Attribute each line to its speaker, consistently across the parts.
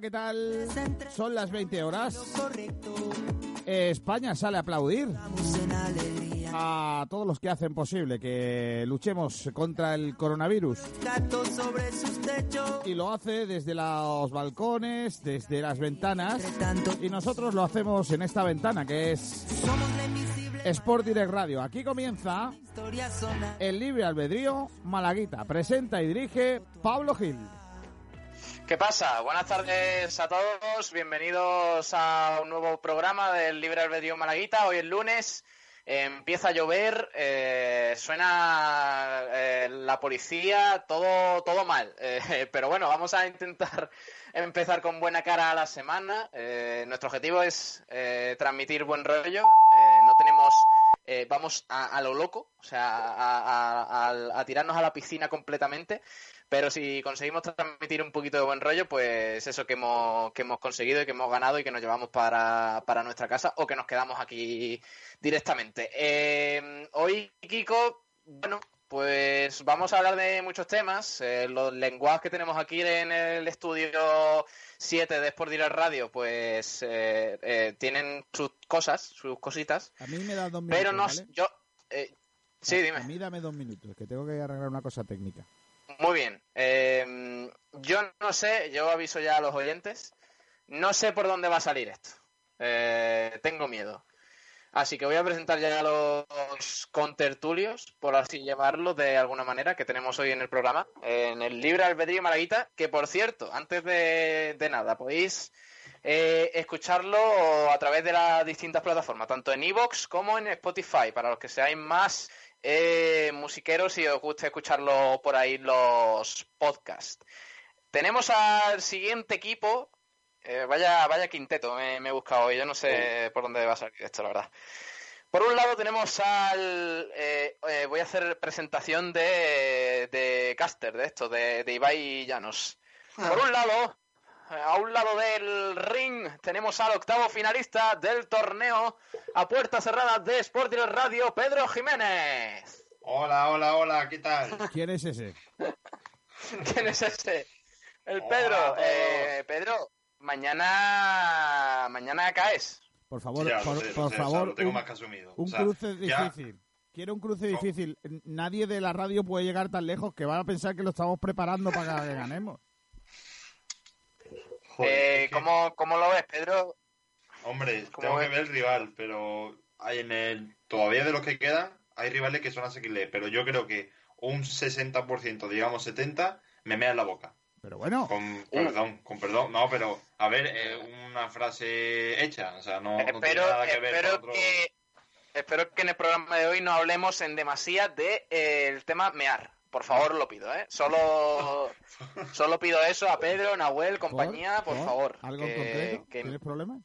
Speaker 1: ¿qué tal? Son las 20 horas. Eh, España sale a aplaudir a todos los que hacen posible que luchemos contra el coronavirus. Y lo hace desde los balcones, desde las ventanas. Y nosotros lo hacemos en esta ventana que es Sport Direct Radio. Aquí comienza el libre albedrío Malaguita. Presenta y dirige Pablo Gil.
Speaker 2: ¿Qué pasa? Buenas tardes a todos. Bienvenidos a un nuevo programa del Libre Albedrío Malaguita. Hoy es lunes. Eh, empieza a llover, eh, suena eh, la policía, todo, todo mal. Eh, pero bueno, vamos a intentar empezar con buena cara a la semana. Eh, nuestro objetivo es eh, transmitir buen rollo. no tenemos eh, vamos a, a, lo loco, o sea, a, a, a, tirarnos a la piscina completamente. Pero si conseguimos transmitir un poquito de buen rollo, pues eso que hemos, que hemos conseguido y que hemos ganado y que nos llevamos para, para nuestra casa o que nos quedamos aquí directamente. Eh, hoy, Kiko, bueno, pues vamos a hablar de muchos temas. Eh, los lenguajes que tenemos aquí en el estudio 7 de Sport Direct Radio, pues eh, eh, tienen sus cosas, sus cositas.
Speaker 1: A mí me da dos minutos.
Speaker 2: Pero no,
Speaker 1: ¿vale?
Speaker 2: yo. eh, sí,
Speaker 1: a,
Speaker 2: dime.
Speaker 1: A mí dame dos minutos, que tengo que arreglar una cosa técnica.
Speaker 2: Muy bien. yo no sé, yo aviso ya a los oyentes. No sé por dónde va a salir esto. Eh, tengo miedo. Así que voy a presentar ya a los contertulios, por así llamarlo de alguna manera, que tenemos hoy en el programa, en el Libre Albedrío Malaguita, que por cierto, antes de, de nada, podéis eh, escucharlo a través de las distintas plataformas, tanto en Evox como en Spotify, para los que seáis más eh, musiqueros y os guste escucharlo por ahí los podcasts. Tenemos al siguiente equipo, eh, vaya, vaya quinteto me, me, he buscado hoy. Yo no sé sí. por dónde va a salir esto, la verdad. Por un lado tenemos al... Eh, eh, voy a hacer presentación de, de Caster, de esto, de, de Ibai Llanos. Ah. Por un lado, a un lado del ring, tenemos al octavo finalista del torneo a puertas cerradas de Sport Direct Radio, Pedro Jiménez.
Speaker 3: Hola, hola, hola, ¿qué tal?
Speaker 1: ¿Quién es ese?
Speaker 2: ¿Quién es ese? El Pedro. eh, Pedro, mañana mañana caes.
Speaker 1: Por favor, ya, por, sé, por sé, favor,
Speaker 3: lo tengo un, más que asumido.
Speaker 1: un
Speaker 3: o sea, Oh.
Speaker 1: cruce difícil. Ya. Quiero un cruce no. difícil. Nadie de la radio puede llegar tan lejos que van a pensar que lo estamos preparando para que ganemos.
Speaker 3: Pues,
Speaker 2: Joder, eh, es que... ¿cómo, ¿cómo, lo ves, Pedro?
Speaker 3: Hombre, tengo ves? que ver el rival, pero hay en el todavía de los que quedan hay rivales que son asequibles, pero yo creo que un 60%, digamos 70, me mea en la boca.
Speaker 1: Pero bueno.
Speaker 3: Con, con perdón, con perdón. No, pero, a ver, eh, una frase hecha. O sea, no,
Speaker 2: espero,
Speaker 3: no tiene nada que ver
Speaker 2: espero
Speaker 3: otro...
Speaker 2: que, espero que en el programa de hoy no hablemos en demasía del de, eh, el tema mear. Por favor, lo pido, ¿eh? Solo, solo pido eso a Pedro, Nahuel, compañía, por, por favor.
Speaker 1: ¿Algo que, en concreto? Que... ¿Tienes problemas?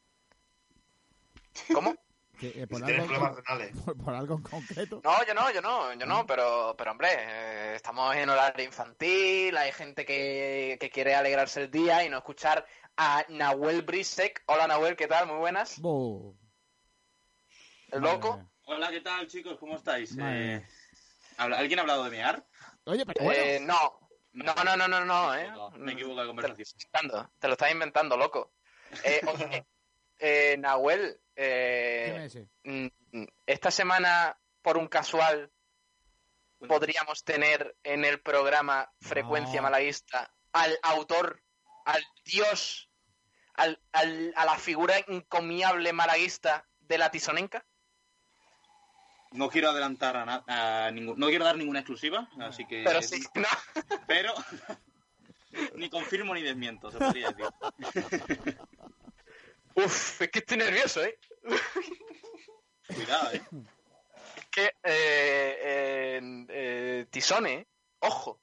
Speaker 2: ¿Cómo?
Speaker 1: Que,
Speaker 3: eh, por, si algo, problemas
Speaker 1: con, por, por, algo en concreto.
Speaker 2: No, yo no, yo no, yo no, pero, pero hombre, eh, estamos en horario infantil, hay gente que, que, quiere alegrarse el día y no escuchar a Nahuel Brisek. Hola Nahuel, ¿qué tal? Muy buenas.
Speaker 1: Oh.
Speaker 2: ¿El loco?
Speaker 4: Hola, ¿qué tal chicos? ¿Cómo estáis? Eh, ¿Alguien ha hablado de mear?
Speaker 1: Oye, pero bueno.
Speaker 2: Eh, no. No, no, no, no, no, ¿eh?
Speaker 3: Mm.
Speaker 4: Me equivoco de conversación.
Speaker 2: Te lo, estás te lo estás inventando, loco. Eh, Nahuel, eh, esta semana, por un casual, podríamos tener en el programa Frecuencia no. Malaguista al autor, al dios, al, al, a la figura encomiable malaguista de la tisonenca.
Speaker 4: No quiero adelantar a, a ningún, no quiero dar ninguna exclusiva, así que.
Speaker 2: Pero sí, no.
Speaker 4: Pero ni confirmo ni desmiento, se podría decir.
Speaker 2: Uf, es que estoy nervioso, ¿eh?
Speaker 4: Cuidado, ¿eh?
Speaker 2: Es que, eh, eh, eh, Tisone, ojo.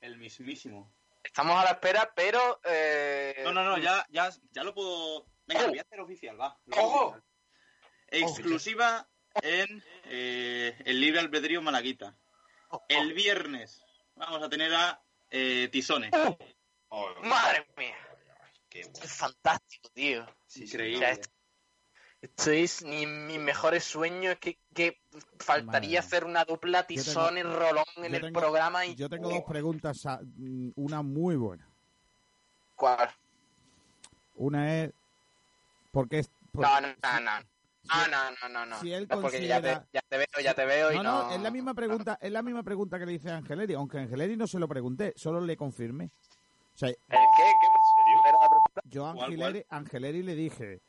Speaker 4: El mismísimo.
Speaker 2: Estamos a la espera, pero... eh,
Speaker 4: No, no, no, ya, ya, ya lo puedo... Venga, lo voy a hacer oficial, va.
Speaker 2: Oh. ¡Ojo! Oficial.
Speaker 4: Exclusiva ojo. en eh, el Libre Albedrío Malaguita. Ojo. El viernes vamos a tener a eh, Tisone.
Speaker 2: Oh, ¡Madre mía! Qué bueno. es fantástico, tío.
Speaker 4: Sí, Increíble. O sea,
Speaker 2: esto, esto, es mi, mis mejores sueños. Que, que faltaría Madre. hacer una dupla Tizón y Rolón en el
Speaker 1: tengo,
Speaker 2: eh. programa. Y...
Speaker 1: mm, Yo tengo dos preguntas. Una muy buena.
Speaker 2: ¿Cuál?
Speaker 1: Una es porque es... Porque
Speaker 2: No, no, no, no. Ah, no, no, no, no.
Speaker 1: si él
Speaker 2: No, porque ya te,
Speaker 1: considera-
Speaker 2: ya te veo, ya te veo y
Speaker 1: No,
Speaker 2: no.
Speaker 1: no, es la misma pregunta, es la misma pregunta que le hice a Angeleri, aunque a Angeleri no se lo pregunté, solo le confirmé. O sea,
Speaker 2: ¿El qué? ¿Qué era la pregunta?
Speaker 1: yo a
Speaker 4: ¿Cuál,
Speaker 1: Angeleri, Angeleri le dije...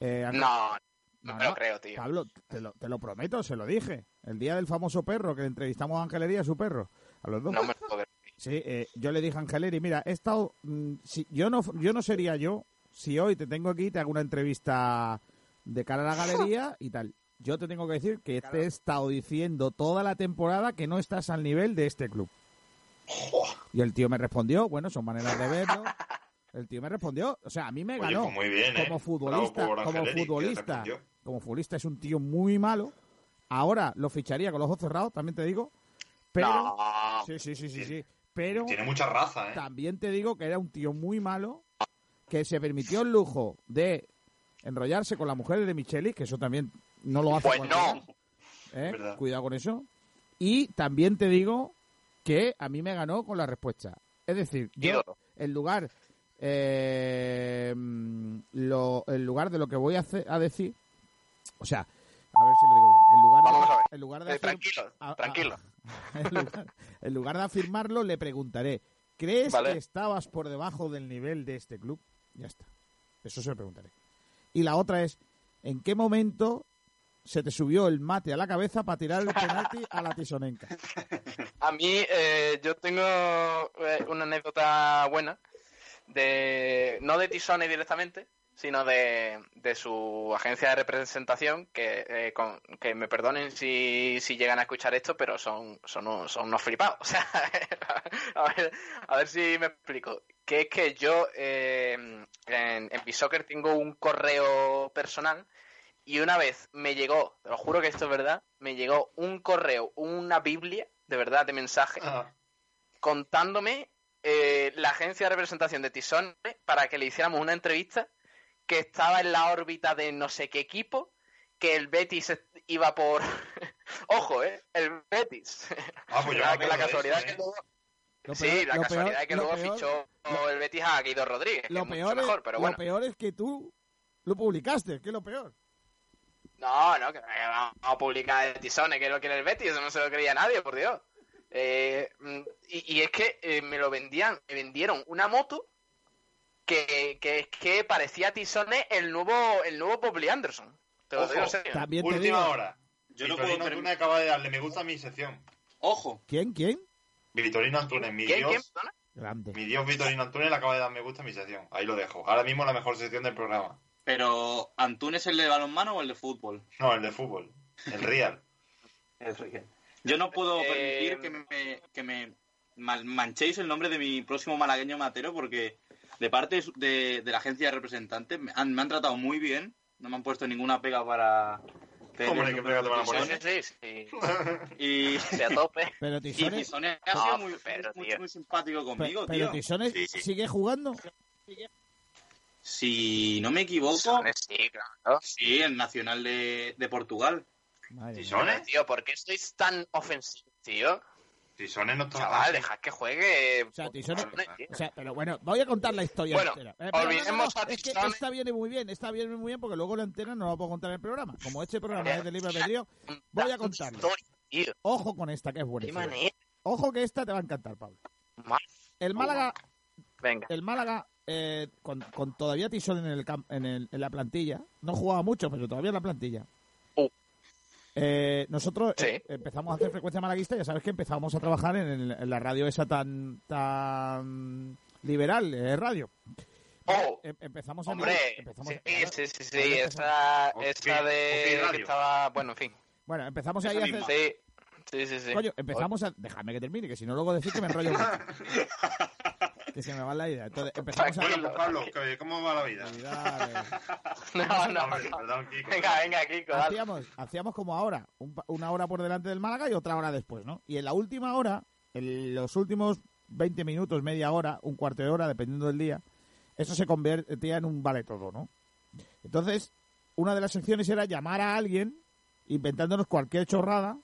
Speaker 1: eh, Ange-
Speaker 2: No, no,
Speaker 1: No,
Speaker 2: me
Speaker 1: no.
Speaker 2: lo creo, tío.
Speaker 1: Pablo, te lo, te lo prometo, se lo dije. El día del famoso perro que entrevistamos a Angeleri y a su perro. A los dos.
Speaker 2: No me lo puedo creer.
Speaker 1: Sí, eh, yo le dije a Angeleri, mira, he estado... mm, si, yo, no, yo no sería yo si hoy te tengo aquí y te hago una entrevista de cara a la galería y tal. Yo te tengo que decir que te he estado diciendo toda la temporada que no estás al nivel de este club. Y el tío me respondió, bueno, son maneras de verlo. El tío me respondió, o sea, a mí me
Speaker 3: Oye,
Speaker 1: ganó
Speaker 3: pues muy bien, ¿eh?
Speaker 1: como futbolista,
Speaker 3: Bravo por
Speaker 1: como
Speaker 3: Angeleri, que
Speaker 1: futbolista,
Speaker 3: respondió.
Speaker 1: como futbolista es un tío muy malo. Ahora lo ficharía con los ojos cerrados, también te digo. Pero
Speaker 2: No,
Speaker 1: sí, sí, sí, sí,
Speaker 3: Tiene-
Speaker 1: sí. Pero
Speaker 3: Tiene mucha raza, ¿eh?
Speaker 1: también te digo que era un tío muy malo que se permitió el lujo de enrollarse con la mujer de Micheli, que eso también no lo hace.
Speaker 2: pues
Speaker 1: cualquiera,
Speaker 2: no.
Speaker 1: ¿eh?
Speaker 3: Verdad.
Speaker 1: Cuidado con eso. Y también te digo que a mí me ganó con la respuesta. Es decir, yo,
Speaker 2: Ídolo.
Speaker 1: en lugar, eh, lo, en lugar de lo que voy a, hacer- a decir, o sea, a ver si lo digo bien. En lugar de,
Speaker 2: Vamos a ver.
Speaker 1: En lugar de
Speaker 2: Eh,
Speaker 1: hacer-
Speaker 2: tranquilo,
Speaker 1: a- a-
Speaker 2: tranquilo.
Speaker 1: en, lugar, en lugar de afirmarlo, le preguntaré, ¿crees
Speaker 2: Vale.
Speaker 1: que estabas por debajo del nivel de este club? Ya está. Eso se lo preguntaré. Y la otra es, ¿en qué momento se te subió el mate a la cabeza para tirar el penalti a la tisonenca?
Speaker 2: A mí, eh, yo tengo eh, una anécdota buena, de no de Tisone directamente, sino de, de su agencia de representación, que, eh, con- que me perdonen si, si llegan a escuchar esto, pero son, son, un- son unos flipados. O sea, a, ver, a ver si me explico. Que es que yo eh, en, en Bisoccer tengo un correo personal y una vez me llegó, te lo juro que esto es verdad, me llegó un correo, una Biblia, de verdad, de mensaje,
Speaker 3: Ah,
Speaker 2: contándome eh, la agencia de representación de Tisone para que le hiciéramos una entrevista que estaba en la órbita de no sé qué equipo, que el Betis est- iba por... Ojo, ¿eh? El Betis.
Speaker 3: Ah, pues yo
Speaker 2: Ah,
Speaker 3: me
Speaker 2: que la
Speaker 3: acuerdo de
Speaker 2: casualidad
Speaker 3: eso,
Speaker 2: que
Speaker 3: ¿eh?
Speaker 2: luego...
Speaker 1: Lo
Speaker 2: sí,
Speaker 1: peor-
Speaker 2: la
Speaker 1: lo
Speaker 2: casualidad
Speaker 1: peor-
Speaker 2: es que
Speaker 1: lo
Speaker 2: luego
Speaker 1: peor-
Speaker 2: fichó el Betis a Guido Rodríguez, que
Speaker 1: Lo
Speaker 2: es mucho
Speaker 1: peor, es,
Speaker 2: mejor, pero
Speaker 1: lo
Speaker 2: bueno.
Speaker 1: peor es que tú lo publicaste, que es lo peor.
Speaker 2: No, no, que que vamos a publicar el Tisone, que lo quiere el Betis, eso no se lo creía nadie, por Dios. Eh, mm, y, y es que eh, me lo vendían, me vendieron una moto que, que es que parecía Tisone el nuevo, el nuevo Bobby Anderson. Te lo
Speaker 3: Ojo,
Speaker 2: digo en serio.
Speaker 1: También te digo,
Speaker 3: Última hora.
Speaker 4: Yo no puedo
Speaker 3: Vitorino
Speaker 4: permitir.
Speaker 3: Antuna acaba de darle me gusta a mi sección.
Speaker 4: Ojo,
Speaker 1: ¿quién? ¿Quién?
Speaker 3: Vitorino Antunes, mi
Speaker 2: ¿Quién, quién,
Speaker 3: Dios.
Speaker 2: perdona?
Speaker 1: Grande.
Speaker 3: Mi Dios, Vitorino Antunes le acaba de dar me gusta a mi sección. Ahí lo dejo. Ahora mismo la mejor sección del programa.
Speaker 4: pero ¿Antún es el de balonmano o el de fútbol?
Speaker 3: No, el de fútbol. El Real.
Speaker 4: Yo no puedo
Speaker 2: Eh,
Speaker 4: permitir que me, que me mal- manchéis el nombre de mi próximo malagueño matero porque de parte de su- de, de la agencia de representantes me han, me han tratado muy bien, no me han puesto ninguna pega para... tener
Speaker 3: Hombre,
Speaker 4: el
Speaker 3: ¿qué
Speaker 4: nombre de
Speaker 3: pega te van a poner?
Speaker 4: Tizones.
Speaker 2: Sí, sí, sí,
Speaker 4: Y,
Speaker 2: sí, a tope.
Speaker 1: Pero
Speaker 4: y
Speaker 1: Tisones,
Speaker 4: Tizones ha
Speaker 2: No,
Speaker 4: sido muy,
Speaker 2: pero,
Speaker 4: muy-
Speaker 2: tío.
Speaker 4: muy simpático conmigo,
Speaker 1: pe- pero
Speaker 4: tío.
Speaker 1: Tisones
Speaker 3: Sí, sí.
Speaker 1: sigue jugando.
Speaker 4: Si no me equivoco,
Speaker 2: Tisone, sí, claro.
Speaker 4: sí, el nacional de, de Portugal.
Speaker 1: Madre mía.
Speaker 3: ¿Tisones?
Speaker 2: Pero, tío, ¿por qué sois tan ofensivos, tío?
Speaker 3: Tisones no está.
Speaker 2: Chaval, dejad que juegue.
Speaker 1: O sea, eh, Tisones-
Speaker 2: tío.
Speaker 1: O sea, pero bueno, voy a contar la historia
Speaker 2: Bueno,
Speaker 1: entera. Eh, pero no, no,
Speaker 2: olvidemos
Speaker 1: no,
Speaker 2: a
Speaker 1: es que
Speaker 2: Tizone.
Speaker 1: esta viene muy bien, esta viene muy bien porque luego la entera no la puedo contar en el programa. Como este programa es de libre albedrío, voy a contarla.
Speaker 2: Historia, tío.
Speaker 1: ojo con esta que es
Speaker 2: Qué
Speaker 1: buenísima.
Speaker 2: manera.
Speaker 1: Ojo que esta te va a encantar, Pablo.
Speaker 2: Ma-
Speaker 1: El Málaga,
Speaker 2: Venga.
Speaker 1: el Málaga eh, con, con todavía Tizón en, el, cam- en, el- en la plantilla, no jugaba mucho, pero todavía en la plantilla.
Speaker 2: Uh.
Speaker 1: Eh, nosotros
Speaker 2: Sí.
Speaker 1: eh, empezamos a hacer frecuencia malaguista, ya sabes que empezamos a trabajar en, el- en la radio esa tan, tan liberal, eh, radio.
Speaker 2: Oh,
Speaker 1: Em- empezamos a
Speaker 2: Hombre,
Speaker 1: empezamos-
Speaker 2: sí, sí, sí, sí,
Speaker 1: ahora
Speaker 2: esa,
Speaker 3: Ok,
Speaker 2: esa de
Speaker 3: ok, radio.
Speaker 2: que estaba, bueno, en fin,
Speaker 1: Bueno, empezamos
Speaker 4: Esa
Speaker 1: ahí a hacer.
Speaker 4: misma.
Speaker 2: sí, sí, sí, sí.
Speaker 1: Coño, empezamos a. Déjame que termine, que si no luego decís que me enrollo mucho. que se me va la idea. Entonces, empezamos a.
Speaker 3: Bueno, pues Pablo, ¿qué- ¿cómo va la vida?
Speaker 1: Olvidar, eh.
Speaker 2: No, no,
Speaker 3: Hombre,
Speaker 2: no.
Speaker 3: perdón, Kiko. ¿eh?
Speaker 2: venga, eh. venga, Kiko, dale.
Speaker 1: Hacíamos, hacíamos como ahora, un pa- una hora por delante del Málaga y otra hora después, ¿no? Y en la última hora, en los últimos 20 minutos, media hora, un cuarto de hora, dependiendo del día, eso se convertía en un vale todo, ¿no? Entonces, una de las secciones era llamar a alguien, inventándonos cualquier chorrada,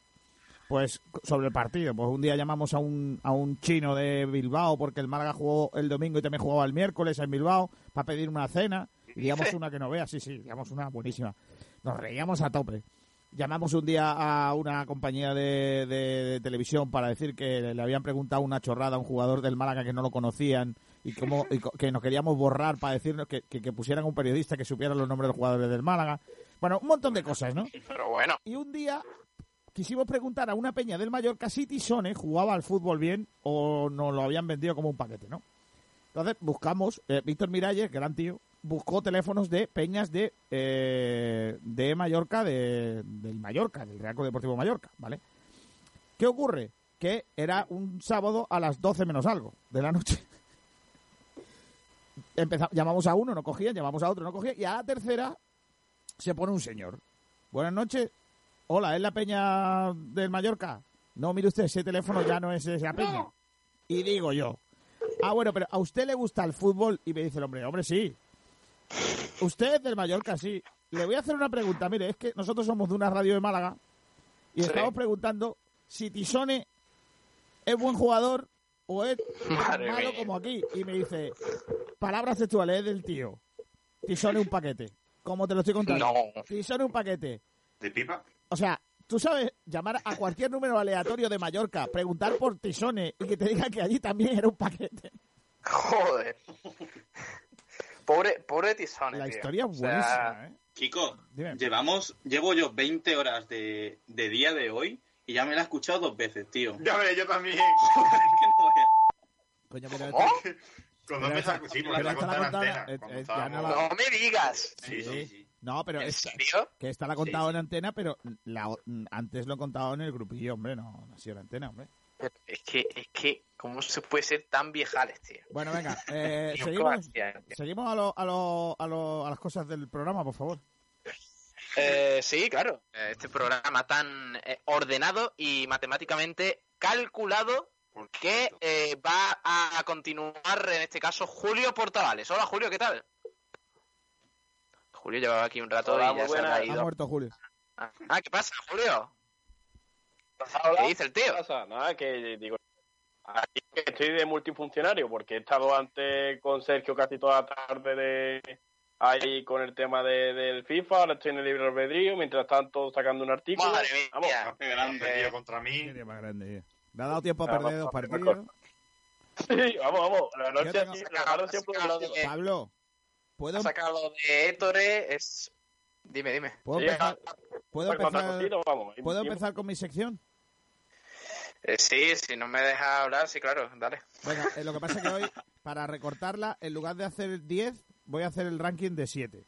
Speaker 1: pues c- sobre el partido. Pues un día llamamos a un, a un chino de Bilbao porque el Málaga jugó el domingo y también jugaba el miércoles en Bilbao para pedir una cena. Digamos una que no vea, sí, sí, digamos una buenísima. Nos reíamos a tope. Llamamos un día a una compañía de, de- de televisión para decir que le habían preguntado una chorrada a un jugador del Málaga que no lo conocían y, cómo, y co- que nos queríamos borrar para decirnos que, que, que pusieran un periodista que supiera los nombres de los jugadores del Málaga. Bueno, un montón de cosas, ¿no?
Speaker 2: Pero bueno,
Speaker 1: Y un día quisimos preguntar a una peña del Mallorca si Tisone jugaba al fútbol bien o nos lo habían vendido como un paquete, ¿no? Entonces buscamos, eh, Víctor Miralles, gran tío, buscó teléfonos de peñas de, eh, de Mallorca, de, del Mallorca, del Real Club Deportivo Mallorca, ¿vale? ¿Qué ocurre? Que era un sábado a las 12 menos algo de la noche. Empezamos, llamamos a uno, no cogía, llamamos a otro, no cogía, y a la tercera se pone un señor. Buenas noches, Hola, ¿es la peña del Mallorca? No, mire usted, ese teléfono ya no es esa peña. Y digo yo. Ah, bueno, pero ¿a usted le gusta el fútbol? Y me dice el hombre, hombre, sí. Usted es del Mallorca, sí. Le voy a hacer una pregunta. Mire, es que nosotros somos de una radio de Málaga y
Speaker 2: Sí.
Speaker 1: estamos preguntando si Tisone es buen jugador o es tan
Speaker 2: Madre
Speaker 1: malo
Speaker 2: mía.
Speaker 1: como aquí. Y me dice, palabras textuales del tío. Tisone un paquete. Como te lo estoy contando.
Speaker 2: No.
Speaker 1: Tisone un paquete.
Speaker 3: ¿De pipa?
Speaker 1: O sea, tú sabes llamar a cualquier número aleatorio de Mallorca, preguntar por Tisone y que te digan que allí también era un paquete.
Speaker 2: joder. Pobre, pobre Tisone.
Speaker 1: La
Speaker 2: tío.
Speaker 1: historia
Speaker 2: O
Speaker 1: es
Speaker 2: sea,
Speaker 1: buenísima, ¿eh?
Speaker 4: Kiko,
Speaker 1: Dime.
Speaker 4: llevamos, llevo yo 20 horas de, de día de hoy y ya me la he escuchado dos veces, tío.
Speaker 3: Ya veré, yo también.
Speaker 4: Joder,
Speaker 1: Coño,
Speaker 4: que no veas.
Speaker 1: pero
Speaker 2: ¿Cómo?
Speaker 3: Cuando
Speaker 1: Pero
Speaker 3: me
Speaker 1: esa-
Speaker 3: saco, sí,
Speaker 1: pero
Speaker 3: porque la
Speaker 1: esta la
Speaker 3: contaron en
Speaker 1: contaron-
Speaker 3: antena.
Speaker 1: eh,
Speaker 3: cuando
Speaker 1: eh, ya
Speaker 3: estábamos-
Speaker 1: no la-
Speaker 2: No me digas.
Speaker 3: Sí, sí, sí.
Speaker 1: No, pero
Speaker 2: ¿En
Speaker 1: es
Speaker 2: serio?
Speaker 1: que esta la he contado
Speaker 4: Sí,
Speaker 1: en antena, pero la o- antes lo he contado en el grupillo, hombre, no, no ha sido en antena, hombre.
Speaker 2: Es que, es que, ¿cómo se puede ser tan viejales, tío?
Speaker 1: Bueno, venga, eh,
Speaker 2: Tío, ¿cómo
Speaker 1: seguimos,
Speaker 2: hacían, tío?
Speaker 1: seguimos a, lo- a, lo- a, lo- a las cosas del programa, por favor.
Speaker 2: Eh, sí, claro. Eh, Este programa tan eh, ordenado y matemáticamente calculado
Speaker 3: Por
Speaker 2: que
Speaker 3: supuesto.
Speaker 2: eh, va a continuar, en este caso, Julio Portavales. Hola, Julio, ¿qué tal? Julio llevaba aquí un rato
Speaker 5: Hola,
Speaker 2: y
Speaker 5: muy
Speaker 2: ya se
Speaker 5: buenas.
Speaker 2: ha
Speaker 5: Y
Speaker 1: Ha
Speaker 2: ido.
Speaker 1: muerto Julio.
Speaker 2: Ah, ¿qué pasa, Julio?
Speaker 5: Hola,
Speaker 2: ¿Qué dice el
Speaker 5: ¿qué
Speaker 2: tío?
Speaker 5: pasa? Nada, que digo, aquí que estoy de multifuncionario porque he estado antes con Sergio casi toda la tarde de, ahí con el tema de- del FIFA, ahora estoy en el libre albedrío, mientras tanto sacando un artículo.
Speaker 2: Madre
Speaker 5: Vamos,
Speaker 2: mía.
Speaker 4: Qué grande.
Speaker 3: Perdido contra mí.
Speaker 1: Sería más grande. eh. Le ha dado tiempo a
Speaker 5: Ah,
Speaker 1: perder dos
Speaker 5: bastante
Speaker 1: partidos.
Speaker 5: sí, vamos, vamos, la
Speaker 1: Yo
Speaker 5: noche
Speaker 1: tengo-
Speaker 5: así, la tarde siempre
Speaker 2: Sacado-
Speaker 5: contigo.
Speaker 2: eh,
Speaker 1: Pablo, ¿puedo,
Speaker 2: Sacar lo de Héctor es... Dime, dime.
Speaker 1: ¿puedo
Speaker 5: Sí,
Speaker 1: empezar? ¿Puedo
Speaker 5: pues, con otra
Speaker 1: empezar?
Speaker 5: cosita, vamos.
Speaker 1: ¿Puedo
Speaker 5: Y-
Speaker 1: empezar con mi sección?
Speaker 2: Eh, sí, si no me deja hablar, sí, claro, dale.
Speaker 1: Venga, eh, lo que pasa es que hoy, para recortarla, en lugar de hacer 10, voy a hacer el ranking de 7.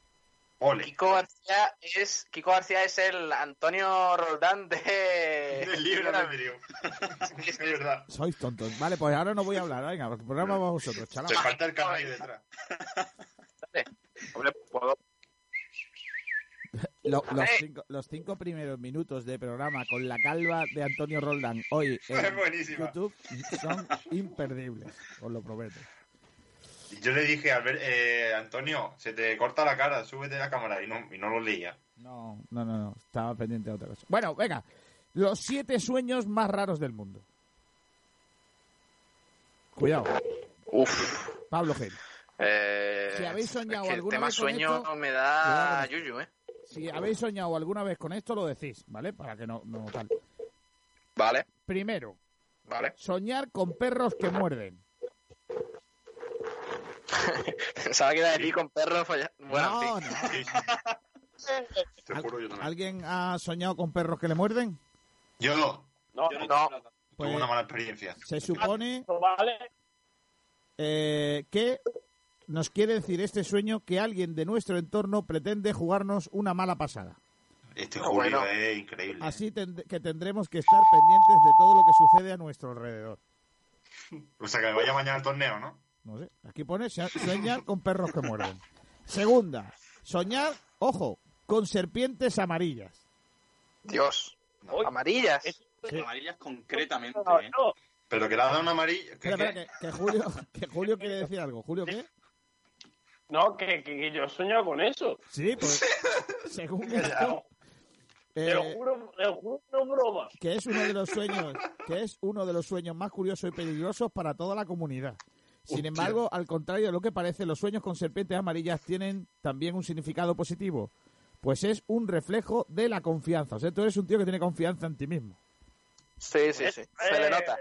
Speaker 3: Ole.
Speaker 2: Kiko García es Kiko García es el Antonio Roldán de
Speaker 3: El libre albedrío. Es verdad.
Speaker 1: Sois tontos. Vale, pues ahora no voy a hablar. Venga, porque el programa va a vosotros, chaval.
Speaker 3: Te falta el
Speaker 2: eh.
Speaker 3: caballo detrás.
Speaker 5: Hombre, puedo-
Speaker 1: Lo- los, cinco, los cinco primeros minutos de programa con la calva de Antonio Roldán hoy
Speaker 3: Es
Speaker 1: en
Speaker 3: buenísima.
Speaker 1: YouTube son imperdibles, os lo prometo.
Speaker 3: Y Yo le dije, Albert, eh, Antonio, se te corta la cara, súbete a la cámara. Y no, y no lo leía.
Speaker 1: No, no, no, no, estaba pendiente de otra cosa. Bueno, venga, los siete sueños más raros del mundo. Cuidado,
Speaker 2: Uf.
Speaker 1: Pablo Gil.
Speaker 2: Eh,
Speaker 1: Si habéis soñado
Speaker 2: es que el
Speaker 1: alguna
Speaker 2: tema
Speaker 1: vez con
Speaker 2: sueño
Speaker 1: esto,
Speaker 2: me
Speaker 1: cuidado
Speaker 2: da
Speaker 1: con
Speaker 2: yuyu, ¿eh?
Speaker 1: Si habéis soñado alguna vez con esto, lo decís, ¿vale? Para que no, no tal.
Speaker 2: Vale,
Speaker 1: Primero,
Speaker 2: vale.
Speaker 1: soñar con perros que muerden.
Speaker 2: Pensaba que iba a decir con perros folla- Bueno,
Speaker 1: no,
Speaker 2: en fin.
Speaker 1: no.
Speaker 3: Te juro, yo también.
Speaker 1: ¿Alguien ha soñado con perros que le muerden?
Speaker 3: Yo no.
Speaker 5: No,
Speaker 4: Yo no,
Speaker 2: No.
Speaker 1: Pues
Speaker 3: Tuve una mala experiencia.
Speaker 1: se supone
Speaker 5: no vale.
Speaker 1: eh, que nos quiere decir este sueño que alguien de nuestro entorno pretende jugarnos una mala pasada.
Speaker 3: Este
Speaker 2: No,
Speaker 3: Julio
Speaker 2: bueno.
Speaker 3: es increíble.
Speaker 1: Así tend- que tendremos que estar pendientes de todo lo que sucede a nuestro alrededor.
Speaker 3: O sea, que vaya mañana al torneo, ¿no?
Speaker 1: No sé, aquí pone se- soñar con perros que muerden. Segunda, soñar, ojo, con serpientes amarillas.
Speaker 2: Dios.
Speaker 5: Hoy-
Speaker 2: Amarillas.
Speaker 1: Sí.
Speaker 4: Amarillas concretamente,
Speaker 5: No,
Speaker 4: ¿eh?
Speaker 5: no,
Speaker 3: Pero que le ha dado una amarilla. ¿Qué,
Speaker 1: Espera, espera,
Speaker 3: qué?
Speaker 1: que, que Julio, que Julio quiere decir algo. ¿Julio qué?
Speaker 5: no, que, que- que yo he soñado con eso.
Speaker 1: Sí, pues según esto, eh,
Speaker 5: Te lo juro, te lo juro, no es broma.
Speaker 1: que es uno de los sueños, que es uno de los sueños más curiosos y peligrosos para toda la comunidad. Sin Hostia. embargo, al contrario de lo que parece, los sueños con serpientes amarillas tienen también un significado positivo. Pues es un reflejo de la confianza. O sea, tú eres un tío que tiene confianza en ti mismo.
Speaker 2: Sí, sí, sí. Se
Speaker 5: eh,
Speaker 2: le nota.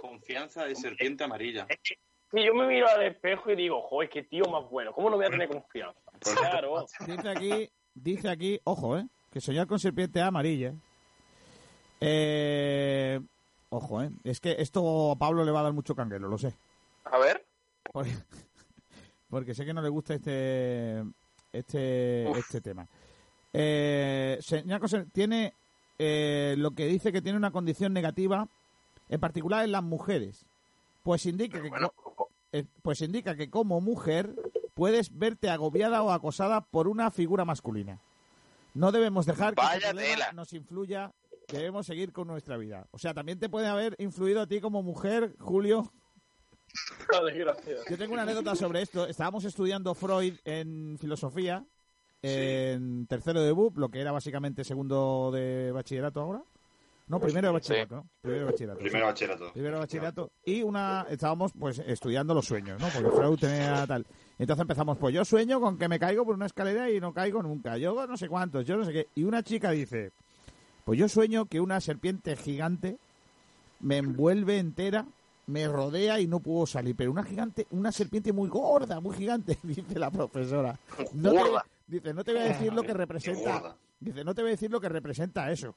Speaker 4: Confianza de serpiente amarilla.
Speaker 5: Es que si yo me miro al espejo y digo, joder, qué tío más bueno, ¿cómo no voy a tener confianza?
Speaker 6: Pues
Speaker 5: Claro.
Speaker 1: Dice aquí, dice aquí, ojo, ¿eh? Que soñar con serpiente amarilla. Eh, ojo, ¿eh? Es que esto a Pablo le va a dar mucho canguelo, lo sé.
Speaker 2: A ver.
Speaker 1: Porque, porque sé que no le gusta este este, Uf. este tema. Eh, soñar con serpiente, tiene eh, lo que dice que tiene una condición negativa, en particular en las mujeres. Pues indica que, bueno. eh, pues indica que como mujer puedes verte agobiada o acosada por una figura masculina. No debemos dejar que
Speaker 2: Vaya
Speaker 1: este problema
Speaker 2: tela.
Speaker 1: nos influya, debemos seguir con nuestra vida. O sea, también te puede haber influido a ti como mujer, Julio. Yo tengo una anécdota sobre esto. Estábamos estudiando Freud en filosofía, en tercero de BUP, lo que era básicamente segundo de bachillerato ahora. No, primero de bachillerato, ¿no? Primero de bachillerato.
Speaker 3: Primero bachillerato.
Speaker 1: Primero de bachillerato. Y una, estábamos pues estudiando los sueños, ¿no? Porque Freud tenía tal. Entonces empezamos, pues yo sueño con que me caigo por una escalera y no caigo nunca. Yo no sé cuántos, yo no sé qué. Y una chica dice, pues yo sueño que una serpiente gigante me envuelve entera, me rodea y no puedo salir. Pero una gigante, una serpiente muy gorda, muy gigante, dice la profesora. No te-
Speaker 2: Gorda.
Speaker 1: Dice, no te voy a decir lo que representa.
Speaker 3: gorda.
Speaker 1: Dice, no te voy a decir lo que representa eso.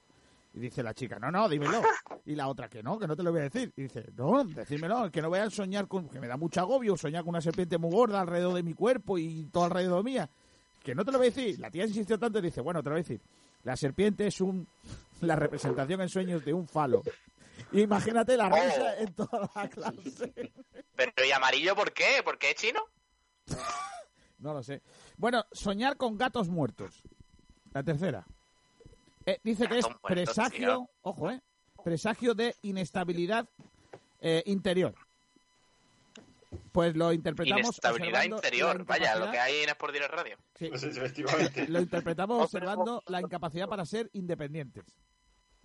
Speaker 1: Y dice la chica, no, no, dímelo. Y la otra, que no, que no te lo voy a decir. Y dice, no, decídmelo, que no voy a soñar con. que me da mucho agobio soñar con una serpiente muy gorda alrededor de mi cuerpo y todo alrededor mía. Que no te lo voy a decir. La tía insistió tanto y dice, bueno, te lo voy a decir. La serpiente es un la representación en sueños de un falo. Imagínate la risa en toda la clase.
Speaker 2: Pero ¿y amarillo por qué? ¿Por qué es chino?
Speaker 1: No lo sé. Bueno, soñar con gatos muertos. La tercera. Eh, dice que es
Speaker 2: Gatos muertos,
Speaker 1: presagio,
Speaker 2: tío.
Speaker 1: ojo, eh, presagio de inestabilidad eh, interior. Pues lo interpretamos.
Speaker 2: Inestabilidad
Speaker 1: observando
Speaker 2: interior.
Speaker 1: la
Speaker 2: Vaya, lo que
Speaker 1: incapacidad-
Speaker 2: hay en Sport Direct Radio.
Speaker 1: sí,
Speaker 3: Pues efectivamente.
Speaker 1: lo interpretamos observando la incapacidad para ser independientes.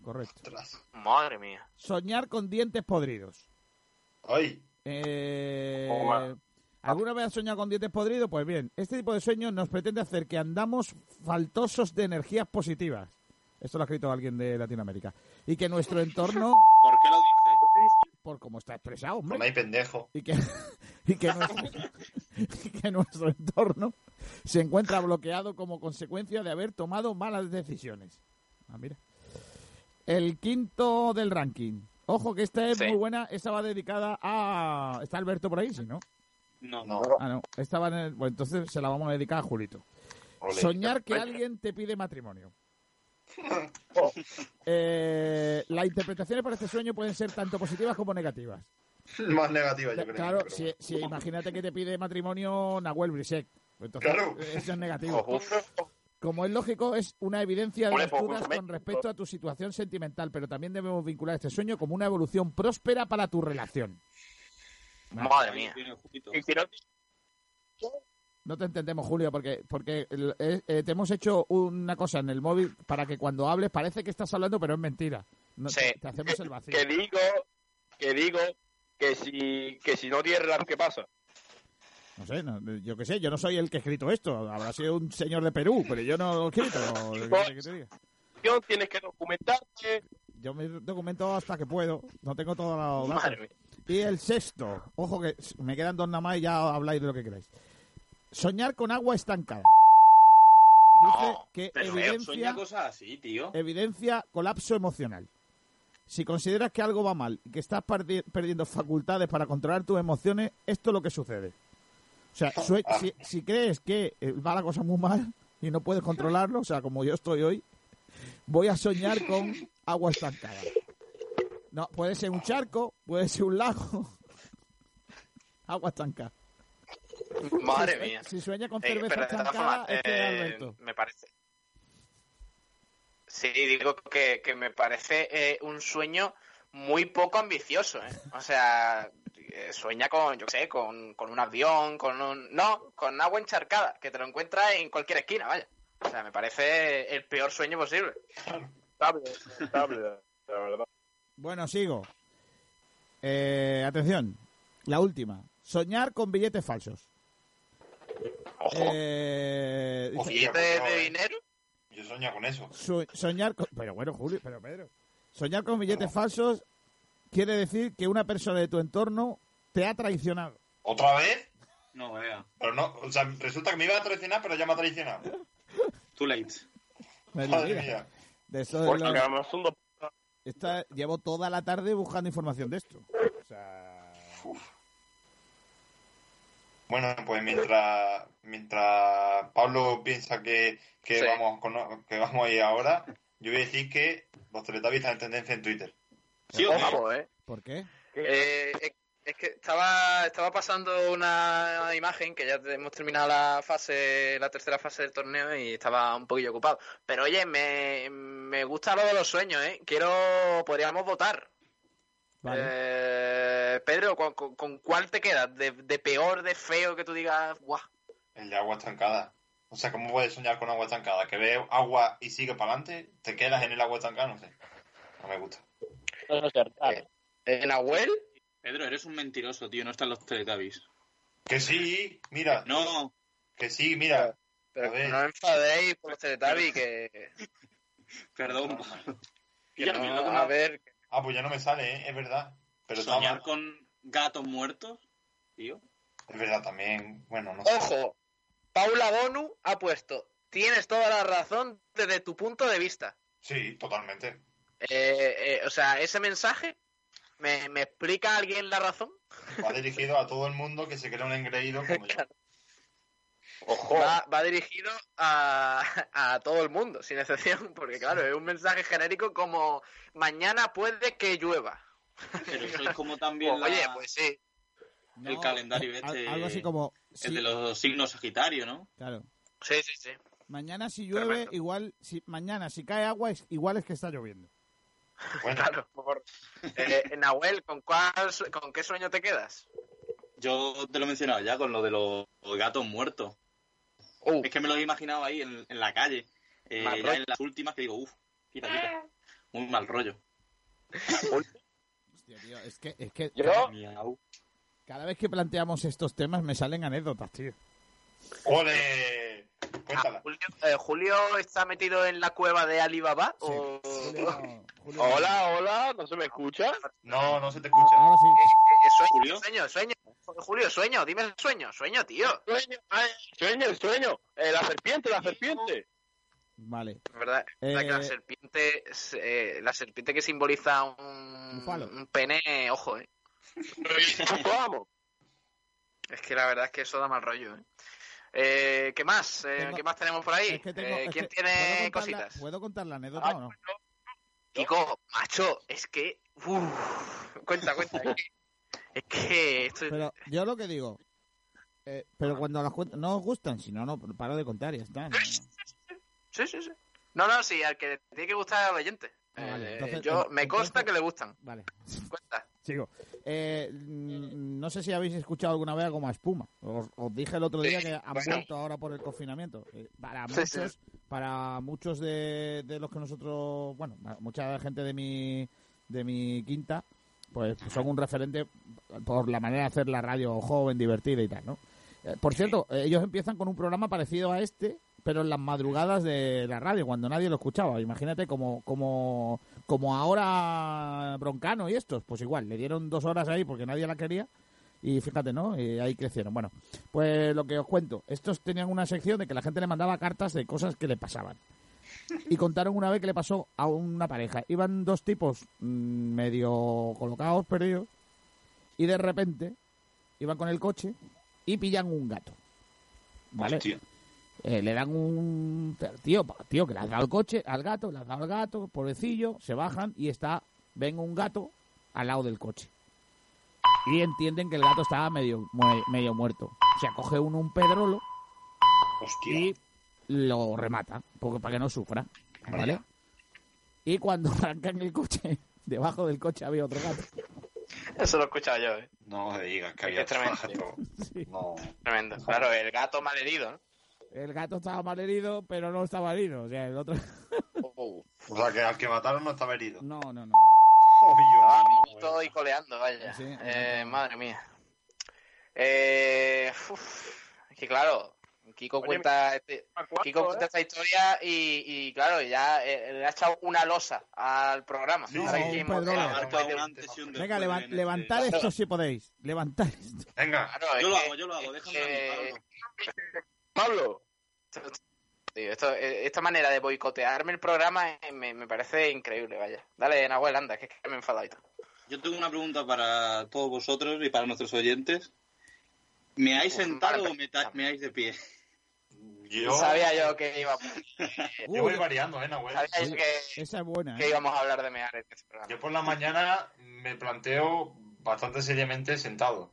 Speaker 1: Correcto.
Speaker 3: Ostras.
Speaker 2: Madre mía.
Speaker 1: Soñar con dientes podridos.
Speaker 3: Ay,
Speaker 1: Eh,
Speaker 5: Toma.
Speaker 1: ¿Alguna vez has soñado con dientes podridos? Pues bien, este tipo de sueños nos pretende hacer que andamos faltosos de energías positivas. Esto lo ha escrito alguien de Latinoamérica. Y que nuestro entorno,
Speaker 4: ¿Por qué lo dices?
Speaker 1: por como está expresado,
Speaker 3: no
Speaker 1: hombre,
Speaker 3: me hay pendejo.
Speaker 1: y que, y que nuestro, y que nuestro entorno se encuentra bloqueado como consecuencia de haber tomado malas decisiones. Ah, mira. El quinto del ranking. Ojo que esta es
Speaker 2: Sí.
Speaker 1: muy buena. Esta va dedicada a... ¿Está Alberto por ahí? Sí, ¿no?
Speaker 4: No,
Speaker 3: No.
Speaker 1: Ah, no. Estaba en el... Bueno, entonces se la vamos a dedicar a Julito.
Speaker 3: Ole.
Speaker 1: Soñar que alguien te pide matrimonio. Oh. Eh, las interpretaciones para este sueño pueden ser tanto positivas como negativas.
Speaker 3: Más negativa, yo creo.
Speaker 1: Claro,
Speaker 3: pero
Speaker 1: si,
Speaker 3: bueno.
Speaker 1: si imagínate que te pide matrimonio Nahuel Brisek. Entonces,
Speaker 3: Claro.
Speaker 1: Eso es negativo.
Speaker 2: Ojo.
Speaker 1: Como es lógico, es una evidencia de
Speaker 5: Hombre,
Speaker 1: las
Speaker 5: pues,
Speaker 1: dudas
Speaker 5: pues,
Speaker 1: con respecto a tu situación sentimental, pero también debemos vincular este sueño como una evolución próspera para tu relación.
Speaker 2: Madre mía.
Speaker 4: Tiene el juguito.
Speaker 5: Y si no,
Speaker 1: No te entendemos, Julio, porque, porque el- eh, eh, te hemos hecho una cosa en el móvil para que cuando hables parece que estás hablando, pero es mentira. No,
Speaker 2: Sí.
Speaker 1: te, te hacemos el vacío.
Speaker 5: que digo, que digo, que si, que si no tiene relación, ¿qué pasa?
Speaker 1: No sé, no- yo qué sé, yo no soy el que ha escrito esto. Habrá sido un señor de Perú, pero yo no lo he escrito. ¿qué quieres que te diga?
Speaker 5: Yo Tienes que documentarte.
Speaker 1: Yo me documento hasta que puedo. No tengo toda la
Speaker 2: Madre mía.
Speaker 1: Y el sexto. Ojo que me quedan dos nada más y ya habláis de lo que queráis. Soñar con agua estancada. Dice
Speaker 2: No,
Speaker 1: que
Speaker 4: Pero
Speaker 1: evidencia...
Speaker 4: sueña cosas así, tío.
Speaker 1: Eh. Evidencia colapso emocional. Si consideras que algo va mal y que estás perdi- perdiendo facultades para controlar tus emociones, esto es lo que sucede. O sea, sue- si, si crees que eh, va la cosa muy mal y no puedes controlarlo, o sea, como yo estoy hoy, voy a soñar con agua estancada. No, puede ser un charco, puede ser un lago. Agua estancada.
Speaker 2: Madre
Speaker 1: Si sue-
Speaker 2: mía.
Speaker 1: Si sueña con
Speaker 2: Eh,
Speaker 1: cerveza
Speaker 2: pero de todas
Speaker 1: estancada,
Speaker 2: formas,
Speaker 1: este es
Speaker 2: eh,
Speaker 1: Alberto.
Speaker 2: me parece. Sí, digo que, que me parece eh, un sueño muy poco ambicioso, ¿eh? O sea, eh, sueña con, yo qué sé, con, con un avión, con un... No, con agua encharcada, que te lo encuentras en cualquier esquina, vaya. O sea, me parece el peor sueño posible.
Speaker 5: Estable, estable, la verdad.
Speaker 1: Bueno, sigo. Eh, atención. La última. Soñar con billetes falsos.
Speaker 3: Ojo.
Speaker 1: Eh,
Speaker 3: ¿O
Speaker 1: dice-
Speaker 3: billetes
Speaker 2: este de dinero?
Speaker 3: Yo soñaba con eso.
Speaker 1: so- soñar con... Pero bueno, Julio, pero Pedro. Soñar con billetes falsos quiere decir que una persona de tu entorno te ha traicionado.
Speaker 3: ¿Otra vez?
Speaker 4: No, vea.
Speaker 3: Pero no, o sea, resulta que me iba a traicionar, pero ya me ha traicionado.
Speaker 4: Too late.
Speaker 2: Eh,
Speaker 1: Pero
Speaker 3: Madre
Speaker 1: mira,
Speaker 3: mía.
Speaker 1: de eso es
Speaker 5: Porque
Speaker 1: lo-
Speaker 5: a lo mejor son dos
Speaker 1: esta- llevo toda la tarde buscando información de esto. O sea,
Speaker 3: Bueno, pues mientras, mientras Pablo piensa que, que
Speaker 2: Sí.
Speaker 3: vamos con- que vamos a ir ahora, yo voy a decir que los Teletubbies están en tendencia en Twitter.
Speaker 4: Sí, o no?
Speaker 2: Ojo, eh.
Speaker 1: ¿Por qué?
Speaker 2: Eh, es, es que estaba, estaba pasando una imagen que ya te- hemos terminado la fase, la tercera fase del torneo y estaba un poquillo ocupado. Pero oye, me, me gusta lo de los sueños, ¿eh? Quiero, podríamos votar.
Speaker 1: Vale.
Speaker 2: Eh, Pedro, ¿con, con, con cuál te quedas? De, de peor, de feo, que tú digas, guau.
Speaker 3: El de agua estancada. O sea, ¿cómo puedes soñar con agua estancada? Que ves agua y sigue para adelante, te quedas en el agua estancada, no sé. No me gusta.
Speaker 5: no sé, ah,
Speaker 2: ¿En Abuel?
Speaker 4: Pedro, eres un mentiroso, tío. No están los Teletubbies.
Speaker 3: Que sí, mira.
Speaker 4: No,
Speaker 3: Que sí, mira.
Speaker 2: Pero
Speaker 3: A ver.
Speaker 2: no os enfadéis por los Teletubbies, que...
Speaker 4: perdón.
Speaker 2: que
Speaker 4: Ya,
Speaker 2: no,
Speaker 4: mira, toma.
Speaker 2: a ver,
Speaker 3: Ah, pues ya no me sale, ¿eh? es verdad. Pero está
Speaker 4: Soñar
Speaker 3: mal.
Speaker 4: con gatos muertos, tío.
Speaker 3: Es verdad también. Bueno, no sé.
Speaker 2: Ojo, Paula Bonu ha puesto, tienes toda la razón desde tu punto de vista.
Speaker 3: Sí, totalmente.
Speaker 2: Eh, eh, o sea, ese mensaje, ¿me, me explica alguien la razón?
Speaker 3: Va dirigido a todo el mundo que se crea un engreído como yo.
Speaker 5: Ojo.
Speaker 2: Va, va dirigido a, a todo el mundo, sin excepción, porque claro, es un mensaje genérico como, mañana puede que llueva.
Speaker 4: Pero sois como
Speaker 2: O,
Speaker 4: también la-
Speaker 2: Oye, pues sí.
Speaker 4: el calendario
Speaker 1: al-
Speaker 4: este-
Speaker 1: Algo así como...
Speaker 4: el
Speaker 1: sí,
Speaker 4: de los signos Sagitario, ¿no?
Speaker 1: Claro.
Speaker 2: Sí, sí, sí.
Speaker 1: Mañana si llueve,
Speaker 2: Perfecto.
Speaker 1: igual... Si, mañana si cae agua, es, igual es que está lloviendo.
Speaker 3: Bueno,
Speaker 2: Claro. Eh, Nahuel, ¿con, cuál, su- ¿con qué sueño te quedas?
Speaker 4: Yo te lo he mencionado ya con lo de los gatos muertos.
Speaker 2: Uh,
Speaker 4: Es que me lo he imaginado ahí en, en la calle. Eh,
Speaker 2: Mal
Speaker 4: ya
Speaker 2: rollo.
Speaker 4: en las últimas que digo, uff, quita, quita. Muy mal rollo.
Speaker 1: Hostia, tío, es que, es que
Speaker 5: Yo,
Speaker 4: Miau.
Speaker 1: cada vez que planteamos estos temas me salen anécdotas, tío.
Speaker 3: ¡Ole!
Speaker 2: ah,
Speaker 3: Cuéntala.
Speaker 2: Julio, eh, ¿Julio está metido en la cueva de Alibaba?
Speaker 1: Sí.
Speaker 2: o-
Speaker 1: Julio- Julio-
Speaker 5: hola, hola, ¿no se me escucha?
Speaker 3: No, no se te escucha.
Speaker 1: Ahora
Speaker 2: Eh,
Speaker 1: sí.
Speaker 2: eh, sueño,
Speaker 4: Julio.
Speaker 2: sueño, sueño. Julio, sueño, dime el sueño, sueño, tío.
Speaker 5: Sueño, ay, sueño, sueño. Eh, la serpiente, la serpiente.
Speaker 1: Vale.
Speaker 2: Es verdad, es verdad
Speaker 1: Eh,
Speaker 2: que Eh, la serpiente, se- eh, la serpiente que simboliza un,
Speaker 1: Un falo.
Speaker 2: un pene, ojo, eh.
Speaker 5: Vamos.
Speaker 2: Es que la verdad es que eso da mal rollo, eh. Eh, ¿Qué más? Eh,
Speaker 1: Tengo-
Speaker 2: ¿Qué más tenemos por ahí?
Speaker 1: Es que tengo-
Speaker 2: Eh,
Speaker 1: es
Speaker 2: ¿Quién
Speaker 1: que-
Speaker 2: tiene
Speaker 1: ¿puedo contar la-
Speaker 2: cositas? Ah, pues,
Speaker 1: ¿Puedo contar la anécdota o no?
Speaker 2: Kiko, macho, es que... uf, cuenta, cuenta. es que- es que esto
Speaker 1: Pero yo lo que digo... eh,
Speaker 2: ah.
Speaker 1: pero cuando las cuento... No os gustan, si no, no, paro de contar y ya está. no, no.
Speaker 2: Sí, sí, sí. No, no, sí, al que le tiene que gustar al oyente.
Speaker 1: Ah, vale,
Speaker 2: Eh,
Speaker 1: entonces-
Speaker 2: yo, me
Speaker 1: entonces-
Speaker 2: consta que le gustan.
Speaker 1: Vale.
Speaker 2: Cuenta.
Speaker 1: Sigo. Eh, mm, no sé si habéis escuchado alguna vez a Goma Espuma. Os, os dije el otro día que han
Speaker 2: bueno.
Speaker 1: vuelto ahora por el confinamiento. Eh, Para
Speaker 2: Sí, sí.
Speaker 1: muchos, para muchos de, de los que nosotros, bueno, ma- mucha gente de mi, de mi quinta, pues son un referente por la manera de hacer la radio joven, divertida y tal, ¿no? Eh, Por cierto, eh, ellos empiezan con un programa parecido a este, pero en las madrugadas de la radio, cuando nadie lo escuchaba. Imagínate como, como, como ahora Broncano y estos, pues igual, le dieron dos horas ahí porque nadie la quería. Y fíjate, ¿no? Y ahí crecieron. Bueno, pues lo que os cuento, estos tenían una sección de que la gente le mandaba cartas de cosas que le pasaban. Y contaron una vez que le pasó a una pareja. Iban dos tipos mm, medio colocados, perdidos, y de repente iban con el coche y pillan un gato. ¿Vale?
Speaker 3: Hostia.
Speaker 1: Eh, le dan un... Tío, pa- tío, que le has dado el coche al gato, le has dado al gato, pobrecillo, se bajan y está... Ven un gato al lado del coche. Y entienden que el gato estaba medio, mue- medio muerto. O sea, coge uno un pedrolo
Speaker 3: Hostia.
Speaker 1: y lo remata, porque para que no sufra, ¿vale?
Speaker 3: Vaya.
Speaker 1: Y cuando arrancan el coche, debajo del coche había otro gato.
Speaker 2: Eso lo he escuchado yo, ¿eh?
Speaker 3: No me digas que
Speaker 2: Es que
Speaker 3: había
Speaker 2: es tremendo.
Speaker 3: otro. No.
Speaker 2: Tremendo. Claro, el gato malherido, ¿no?
Speaker 1: El gato estaba mal herido, pero no estaba herido. O sea, el otro...
Speaker 4: Oh,
Speaker 2: Uh,
Speaker 3: O sea, que al que mataron no estaba herido.
Speaker 1: No, no, no.
Speaker 2: Uh,
Speaker 3: Uy, yo-
Speaker 2: estaba vivito y coleando, vaya.
Speaker 1: Sí,
Speaker 2: Eh, madre mía. Eh, uf, es que claro, Kiko
Speaker 5: Oye,
Speaker 2: cuenta, este-
Speaker 5: a cuatro,
Speaker 2: Kiko cuenta
Speaker 5: ¿eh?
Speaker 2: esta historia y, y, claro, ya eh, le ha echado una losa al programa.
Speaker 3: Sí,
Speaker 2: Ahora
Speaker 1: sí,
Speaker 2: hay que
Speaker 1: un pedrolo.
Speaker 2: invocar-
Speaker 4: Marca un antes y un después
Speaker 1: Venga,
Speaker 4: en
Speaker 1: leva-
Speaker 4: este-
Speaker 1: levantad esto si podéis. Levantad esto.
Speaker 3: Venga,
Speaker 2: Claro, es
Speaker 4: Yo lo
Speaker 2: que-
Speaker 4: hago, yo lo hago,
Speaker 2: es
Speaker 4: déjame a mí,
Speaker 2: que-
Speaker 4: Pablo.
Speaker 5: Pablo,
Speaker 2: tío, esto- eh, esta manera de boicotearme el programa eh, me, me parece increíble, vaya. Dale, Nahuel, anda, que, es que me he enfadado y todo.
Speaker 4: Yo tengo una pregunta para todos vosotros y para nuestros oyentes. ¿Me habéis
Speaker 2: Uf,
Speaker 4: sentado
Speaker 2: vale,
Speaker 4: o me, ta- me habéis de pie?
Speaker 3: yo,
Speaker 2: Sabía yo que iba
Speaker 3: yo voy variando, ¿eh, Nahuel?
Speaker 2: sabía yo que,
Speaker 1: Esa es buena.
Speaker 2: que
Speaker 1: ¿eh?
Speaker 2: íbamos a hablar de mear en este programa.
Speaker 3: Yo por la mañana me planteo bastante seriamente sentado.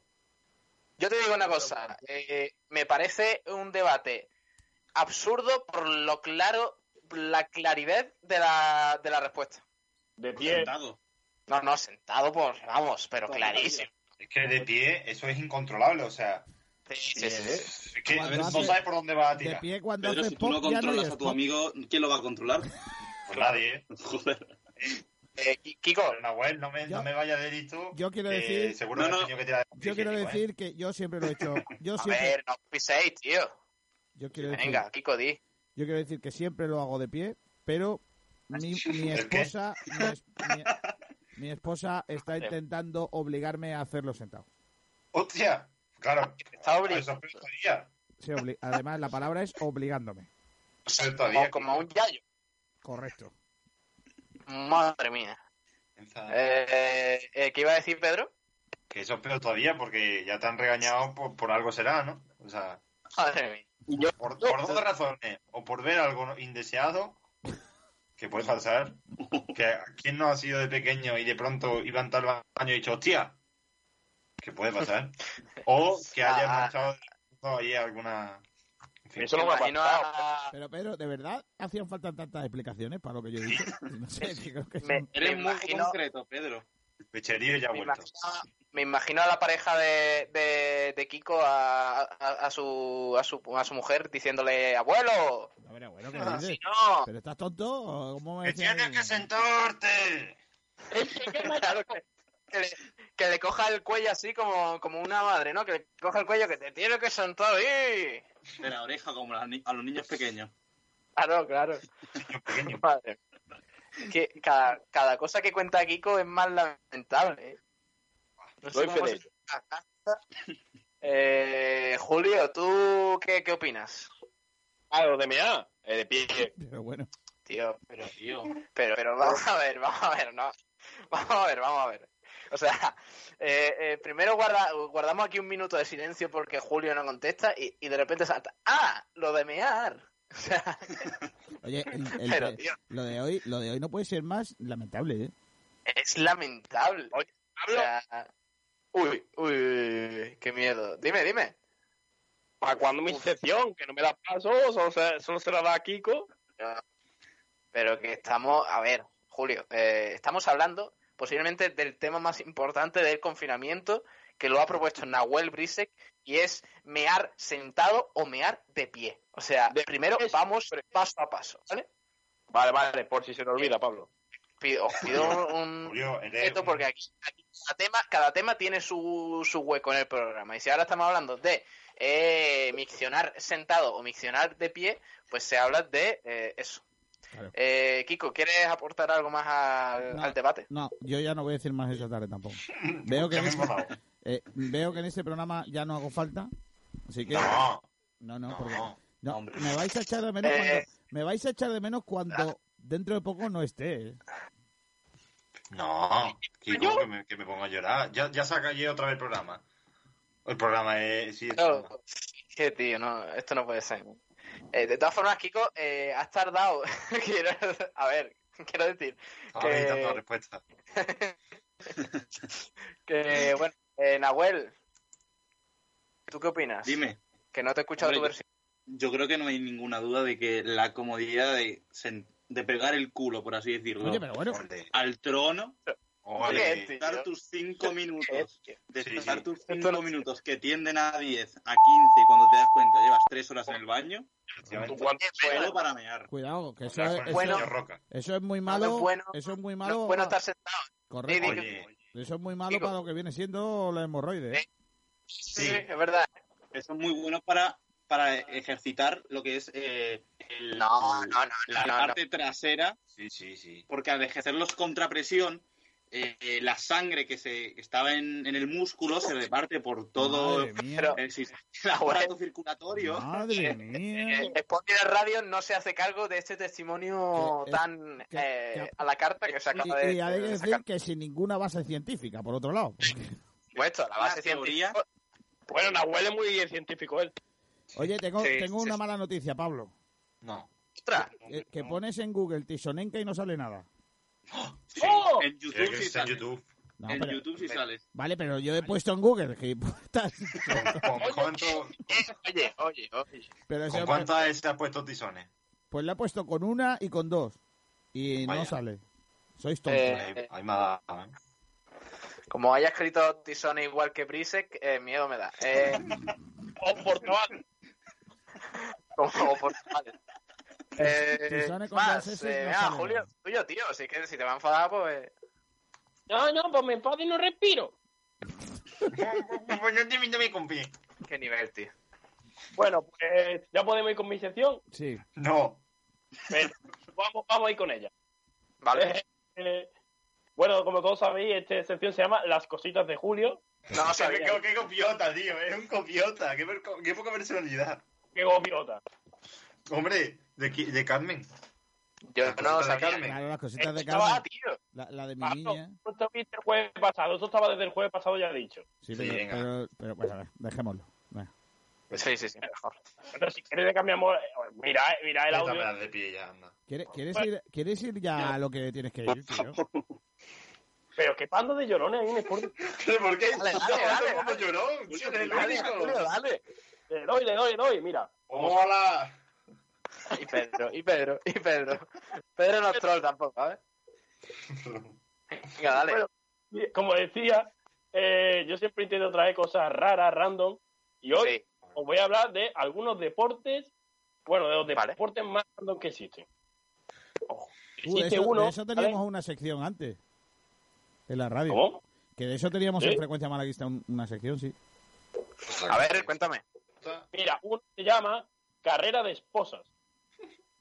Speaker 2: Yo te digo una cosa, eh, me parece un debate absurdo por lo claro, la claridad de la, de la respuesta.
Speaker 5: de pie.
Speaker 4: Sentado.
Speaker 2: No, no, sentado por, vamos, pero
Speaker 4: Con
Speaker 2: clarísimo.
Speaker 3: Es que de pie eso es incontrolable, o sea,
Speaker 2: Sí, sí, sí.
Speaker 3: es que
Speaker 1: Cuando
Speaker 3: no
Speaker 1: hace-
Speaker 3: sabes por dónde va a
Speaker 1: De
Speaker 3: tirar.
Speaker 1: pie cuando
Speaker 4: Pedro,
Speaker 1: haces
Speaker 4: si tú no
Speaker 1: pop, ya no
Speaker 4: controlas
Speaker 1: oyes
Speaker 4: a tu
Speaker 1: pop.
Speaker 4: amigo, ¿quién lo va a controlar?
Speaker 3: Pues nadie, ¿eh?
Speaker 4: Joder.
Speaker 2: Eh, Ki- Kiko,
Speaker 3: Pero Nahuel, no me,
Speaker 1: Yo-
Speaker 3: no me vaya de listo.
Speaker 1: yo quiero
Speaker 3: que
Speaker 1: decir-
Speaker 3: seguro
Speaker 4: No,
Speaker 3: que has
Speaker 4: no.
Speaker 3: tenido que tirar de
Speaker 1: Yo quiero
Speaker 3: frigerio, ¿eh?
Speaker 1: decir que yo siempre lo he hecho. Yo
Speaker 2: a
Speaker 1: siempre.
Speaker 2: ver, no os piséis, tío.
Speaker 1: Yo quiero decir,
Speaker 2: Venga, Kiko, di.
Speaker 1: yo quiero decir que siempre lo hago de pie, pero mi, mi
Speaker 3: ¿El qué?
Speaker 1: esposa. Mi, es- mi- mi esposa está intentando obligarme a hacerlo sentado.
Speaker 3: ¡Hostia! Claro,
Speaker 2: Está obligado.
Speaker 3: eso es pesadilla.
Speaker 1: Se obli- Además, la palabra es obligándome.
Speaker 2: Como, como un yayo.
Speaker 1: Correcto.
Speaker 2: Madre mía. Eh, eh, ¿Qué iba a decir Pedro?
Speaker 3: Que eso es peor todavía porque ya te han regañado por, por algo será, ¿no? O sea,
Speaker 2: Madre mía.
Speaker 3: por, por dos razones. O por ver algo indeseado, que puede pasar. Que a- ¿Quién no ha sido de pequeño y de pronto iba a entrar al baño y dicho, hostia? Que puede pasar. O que hayas
Speaker 2: Ah.
Speaker 3: manchado no, ahí alguna... en fin.
Speaker 5: Eso no me ha
Speaker 2: Imagino
Speaker 5: pasado.
Speaker 2: a-
Speaker 1: Pero, pero, ¿de verdad hacían falta tantas explicaciones para lo que yo he dicho? No sé, que creo que
Speaker 2: me-
Speaker 1: son-
Speaker 2: me
Speaker 4: Eres muy
Speaker 2: imagino-
Speaker 4: concreto, Pedro.
Speaker 3: El pecherío ya ha
Speaker 2: Me
Speaker 3: vuelto.
Speaker 2: imagino, me imagino a la pareja de, de- de Kiko a, a- a su, a, su, a su mujer diciéndole, abuelo,
Speaker 1: A ver, bueno, ¿qué
Speaker 3: Ah,
Speaker 1: dices?
Speaker 2: no.
Speaker 1: ¿Pero estás tonto? ¿O ¿Cómo me
Speaker 3: ¡Que
Speaker 1: decían?
Speaker 3: tienes que sentarte!
Speaker 2: Claro que, que le, que le coja el cuello así como, como una madre, ¿no? Que le coja el cuello que te tiene que sentar ahí.
Speaker 4: De la oreja, como la ni- a los niños pequeños.
Speaker 2: Claro, claro. Madre. Que cada, cada cosa que cuenta Kiko es más lamentable. ¿eh? No
Speaker 5: Doy fe
Speaker 2: cómo
Speaker 5: de
Speaker 2: se- Ah,
Speaker 5: ello.
Speaker 2: Eh, Julio, ¿tú qué, qué opinas?
Speaker 5: Ah, los de mea, eh, de pie.
Speaker 1: Pero bueno,
Speaker 2: Tío, pero
Speaker 4: Tío.
Speaker 2: Pero, pero vamos a ver, vamos a ver, no. Vamos a ver, vamos a ver. O sea, eh, eh, primero guarda, guardamos aquí un minuto de silencio porque Julio no contesta y, y de repente salta. ¡Ah! Lo de mear. O sea,
Speaker 1: oye, el- el-
Speaker 2: pero, tío,
Speaker 1: lo, de hoy, lo de hoy no puede ser más lamentable, ¿eh?
Speaker 2: es lamentable.
Speaker 5: Oye,
Speaker 2: O sea, uy, uy, uy, uy, qué miedo. Dime, dime.
Speaker 5: ¿Para cuándo mi sección? Que no me la paso, solo se, solo se la da a Kiko.
Speaker 2: Pero que estamos, a ver, Julio, eh, estamos hablando posiblemente del tema más importante del confinamiento que lo ha propuesto Nahuel Brisek y es mear sentado o mear de pie. O sea,
Speaker 5: De-
Speaker 2: primero
Speaker 5: es-
Speaker 2: vamos paso a paso, ¿vale?
Speaker 5: Vale, vale, por si se te olvida, Pablo.
Speaker 2: Pido- os pido un, un
Speaker 3: Julio, eres
Speaker 2: respeto
Speaker 3: un-
Speaker 2: porque aquí, aquí cada, tema, cada tema tiene su, su hueco en el programa. Y si ahora estamos hablando de eh, miccionar sentado o miccionar de pie, pues se habla de eh, eso.
Speaker 1: Claro.
Speaker 2: Eh, Kiko, ¿quieres aportar algo más al,
Speaker 1: No.
Speaker 2: al debate?
Speaker 1: No, yo ya no voy a decir más esta tarde tampoco. Veo que,
Speaker 3: Ya
Speaker 1: en
Speaker 3: me he
Speaker 1: este,
Speaker 3: enfadado.
Speaker 1: eh, veo que en este programa ya no hago falta, así que...
Speaker 3: No,
Speaker 1: No, no,
Speaker 3: no,
Speaker 1: porque...
Speaker 3: no.
Speaker 1: No,
Speaker 4: Hombre.
Speaker 1: me vais a echar de menos
Speaker 2: Eh.
Speaker 1: cuando... Me vais a echar de menos cuando dentro de poco no esté, ¿eh?
Speaker 3: No, Kiko, que me, que me ponga a llorar. Ya, ya saca yo otra vez el programa. El programa es. Sí, es-
Speaker 2: No, qué tío, no, esto no puede ser. Eh, de todas formas, Kiko, eh, has tardado. quiero, a ver, quiero decir
Speaker 3: Estaba
Speaker 2: que-
Speaker 3: necesitando respuesta.
Speaker 2: que, bueno, eh, Nahuel, ¿tú qué opinas?
Speaker 4: Dime,
Speaker 2: Que no te he escuchado
Speaker 4: Hombre,
Speaker 2: tu versión.
Speaker 4: yo creo que no hay ninguna duda de que la comodidad de, sen- de pegar el culo, por así decirlo,
Speaker 1: Oye, pero bueno,
Speaker 3: Ole,
Speaker 4: al trono,
Speaker 2: Oye,
Speaker 3: ole.
Speaker 2: tío.
Speaker 4: estar tus cinco minutos, de
Speaker 3: Sí,
Speaker 4: estar
Speaker 3: sí.
Speaker 4: tus
Speaker 2: Esto no-
Speaker 4: cinco minutos que tienden a 10, a 15, y cuando te das cuenta llevas tres horas en el baño,
Speaker 3: efectivamente.
Speaker 5: cuánto-
Speaker 4: solo para mear.
Speaker 1: cuidado, que eso,
Speaker 3: Hablar
Speaker 1: es-
Speaker 3: con el
Speaker 1: eso,
Speaker 2: Bueno.
Speaker 3: señor Roca.
Speaker 1: eso es muy
Speaker 2: No
Speaker 1: malo.
Speaker 2: es bueno-
Speaker 1: Eso es muy
Speaker 2: No
Speaker 1: malo.
Speaker 2: es bueno
Speaker 1: para-
Speaker 2: estar sentado. eh,
Speaker 1: Correcto.
Speaker 2: Sí, sí.
Speaker 3: Oye,
Speaker 1: Eso es muy malo
Speaker 2: Digo-
Speaker 1: para lo que viene siendo la hemorroide. ¿eh?
Speaker 2: Sí, sí, es verdad.
Speaker 4: Eso es muy bueno para, para ejercitar lo que es eh, el-
Speaker 2: No, no, no,
Speaker 4: la
Speaker 2: no, no,
Speaker 4: parte trasera,
Speaker 3: Sí, sí, sí.
Speaker 4: porque al ejercerlos contra presión, eh, eh, la sangre que se que estaba en, en el músculo se reparte por todo
Speaker 1: Madre mía.
Speaker 2: Pero-
Speaker 4: el sistema aparato circulatorio.
Speaker 1: Madre mía.
Speaker 2: Eh, Spotify Radio no se hace cargo de este testimonio
Speaker 1: Que- eh,
Speaker 2: tan
Speaker 1: que-
Speaker 2: eh,
Speaker 1: que-
Speaker 2: a la carta que se
Speaker 1: Y,
Speaker 2: acaba de,
Speaker 1: y hay que
Speaker 2: de
Speaker 1: decir
Speaker 2: sacar.
Speaker 1: que sin ninguna base científica, por otro lado.
Speaker 2: Puesto, la base
Speaker 4: La teoría-
Speaker 2: científica-
Speaker 5: Bueno, Nahuel es muy científico
Speaker 6: ¿eh?
Speaker 5: él.
Speaker 1: Oye, tengo,
Speaker 2: Sí,
Speaker 1: tengo
Speaker 2: sí,
Speaker 1: una
Speaker 2: sí.
Speaker 1: mala noticia, Pablo.
Speaker 3: No.
Speaker 2: Ostras,
Speaker 1: Que, que pones en Google Tisonenka y no sale nada.
Speaker 4: Sí,
Speaker 5: ¡Oh!
Speaker 4: En
Speaker 3: Creo
Speaker 4: YouTube
Speaker 3: que
Speaker 4: sí
Speaker 3: está en
Speaker 4: sale.
Speaker 3: YouTube.
Speaker 1: No,
Speaker 4: En
Speaker 1: pero-
Speaker 4: YouTube sí sale.
Speaker 1: Vale, pero yo he puesto en Google. que-
Speaker 3: ¿Con, con cuánto-
Speaker 2: oye, oye, oye.
Speaker 1: pero ese
Speaker 3: con
Speaker 1: hombre-
Speaker 3: cuántas veces has puesto tizones?
Speaker 1: Pues le he puesto con una y con dos. Y no
Speaker 3: Vaya.
Speaker 1: sale. Sois tontos.
Speaker 2: Eh,
Speaker 3: Ahí, ahí me ha dado, ¿eh?
Speaker 2: Como haya escrito Tizones igual que Brisek, eh, miedo me da. Eh,
Speaker 6: O Portugal.
Speaker 2: como por vale. Eh,
Speaker 1: Tizones e con
Speaker 2: más,
Speaker 1: dos Ss no
Speaker 2: eh,
Speaker 1: sale
Speaker 2: ah,
Speaker 1: nada.
Speaker 2: Julio, tuyo, tío. Así que si te va a enfadar, pues.
Speaker 6: No, no, pues me enfado y no respiro.
Speaker 3: Pues no te metas con pie.
Speaker 2: Qué nivel, tío.
Speaker 6: Bueno, pues
Speaker 5: Eh, ya podemos ir con mi sección.
Speaker 1: Sí.
Speaker 3: No.
Speaker 6: venga, vamos, vamos a ir con ella.
Speaker 2: Vale.
Speaker 6: Eh, bueno, como todos sabéis, esta sección se llama Las cositas de Julio.
Speaker 2: No
Speaker 3: Qué,
Speaker 2: sabía.
Speaker 3: qué copiota, tío. Es un copiota. Qué, perco- qué poca personalidad.
Speaker 6: Qué gobiota.
Speaker 3: Hombre, de, qui- de Carmen.
Speaker 2: Yo no
Speaker 3: Cositas de
Speaker 2: sabía.
Speaker 3: Carmen.
Speaker 1: Claro, las
Speaker 6: eh,
Speaker 1: cositas de
Speaker 2: Estaba,
Speaker 1: Carmen.
Speaker 2: tío.
Speaker 1: La, la de mi
Speaker 6: Pablo,
Speaker 1: niña.
Speaker 6: tú te viste el jueves pasado. Eso estaba desde el jueves pasado ya dicho.
Speaker 1: Sí,
Speaker 3: Sí,
Speaker 1: pero,
Speaker 3: venga.
Speaker 1: pero, pero, bueno, a ver, dejémoslo. Venga.
Speaker 2: Sí, sí, sí, mejor.
Speaker 6: Bueno, si quieres le cambiamos... eh, Mira, eh, mira el audio.
Speaker 3: Quítamela de pie ya, anda.
Speaker 1: ¿Quiere- ¿Quieres, ir, ¿Quieres ir ya a lo que tienes que ir, tío?
Speaker 6: Pero qué pando de llorones hay en Sporting.
Speaker 3: ¿Pero por qué?
Speaker 2: Dale, dale,
Speaker 3: Todo el
Speaker 2: dale,
Speaker 3: mundo
Speaker 2: dale.
Speaker 3: lloró. tío, eres el único.
Speaker 2: dale.
Speaker 6: Le doy, le doy, le doy. Mira.
Speaker 3: Hola.
Speaker 2: Y Pedro, y Pedro, y Pedro. Pedro no es troll tampoco, ¿eh? Venga, dale.
Speaker 6: Y Como decía, eh, yo siempre intento traer cosas raras, random. Y hoy
Speaker 2: Sí,
Speaker 6: os voy a hablar de algunos deportes, bueno, de los
Speaker 2: Vale.
Speaker 6: deportes más random que existen. Ojo,
Speaker 1: Uh, de,
Speaker 6: existe
Speaker 1: eso,
Speaker 6: uno.
Speaker 1: de eso teníamos
Speaker 6: ¿vale?
Speaker 1: una sección antes. En la radio.
Speaker 6: ¿Cómo?
Speaker 1: Que de eso teníamos
Speaker 6: ¿Sí?
Speaker 1: en Frecuencia Malaguista un- una sección, sí.
Speaker 2: a ver, cuéntame.
Speaker 6: Mira, uno se llama carrera de esposas.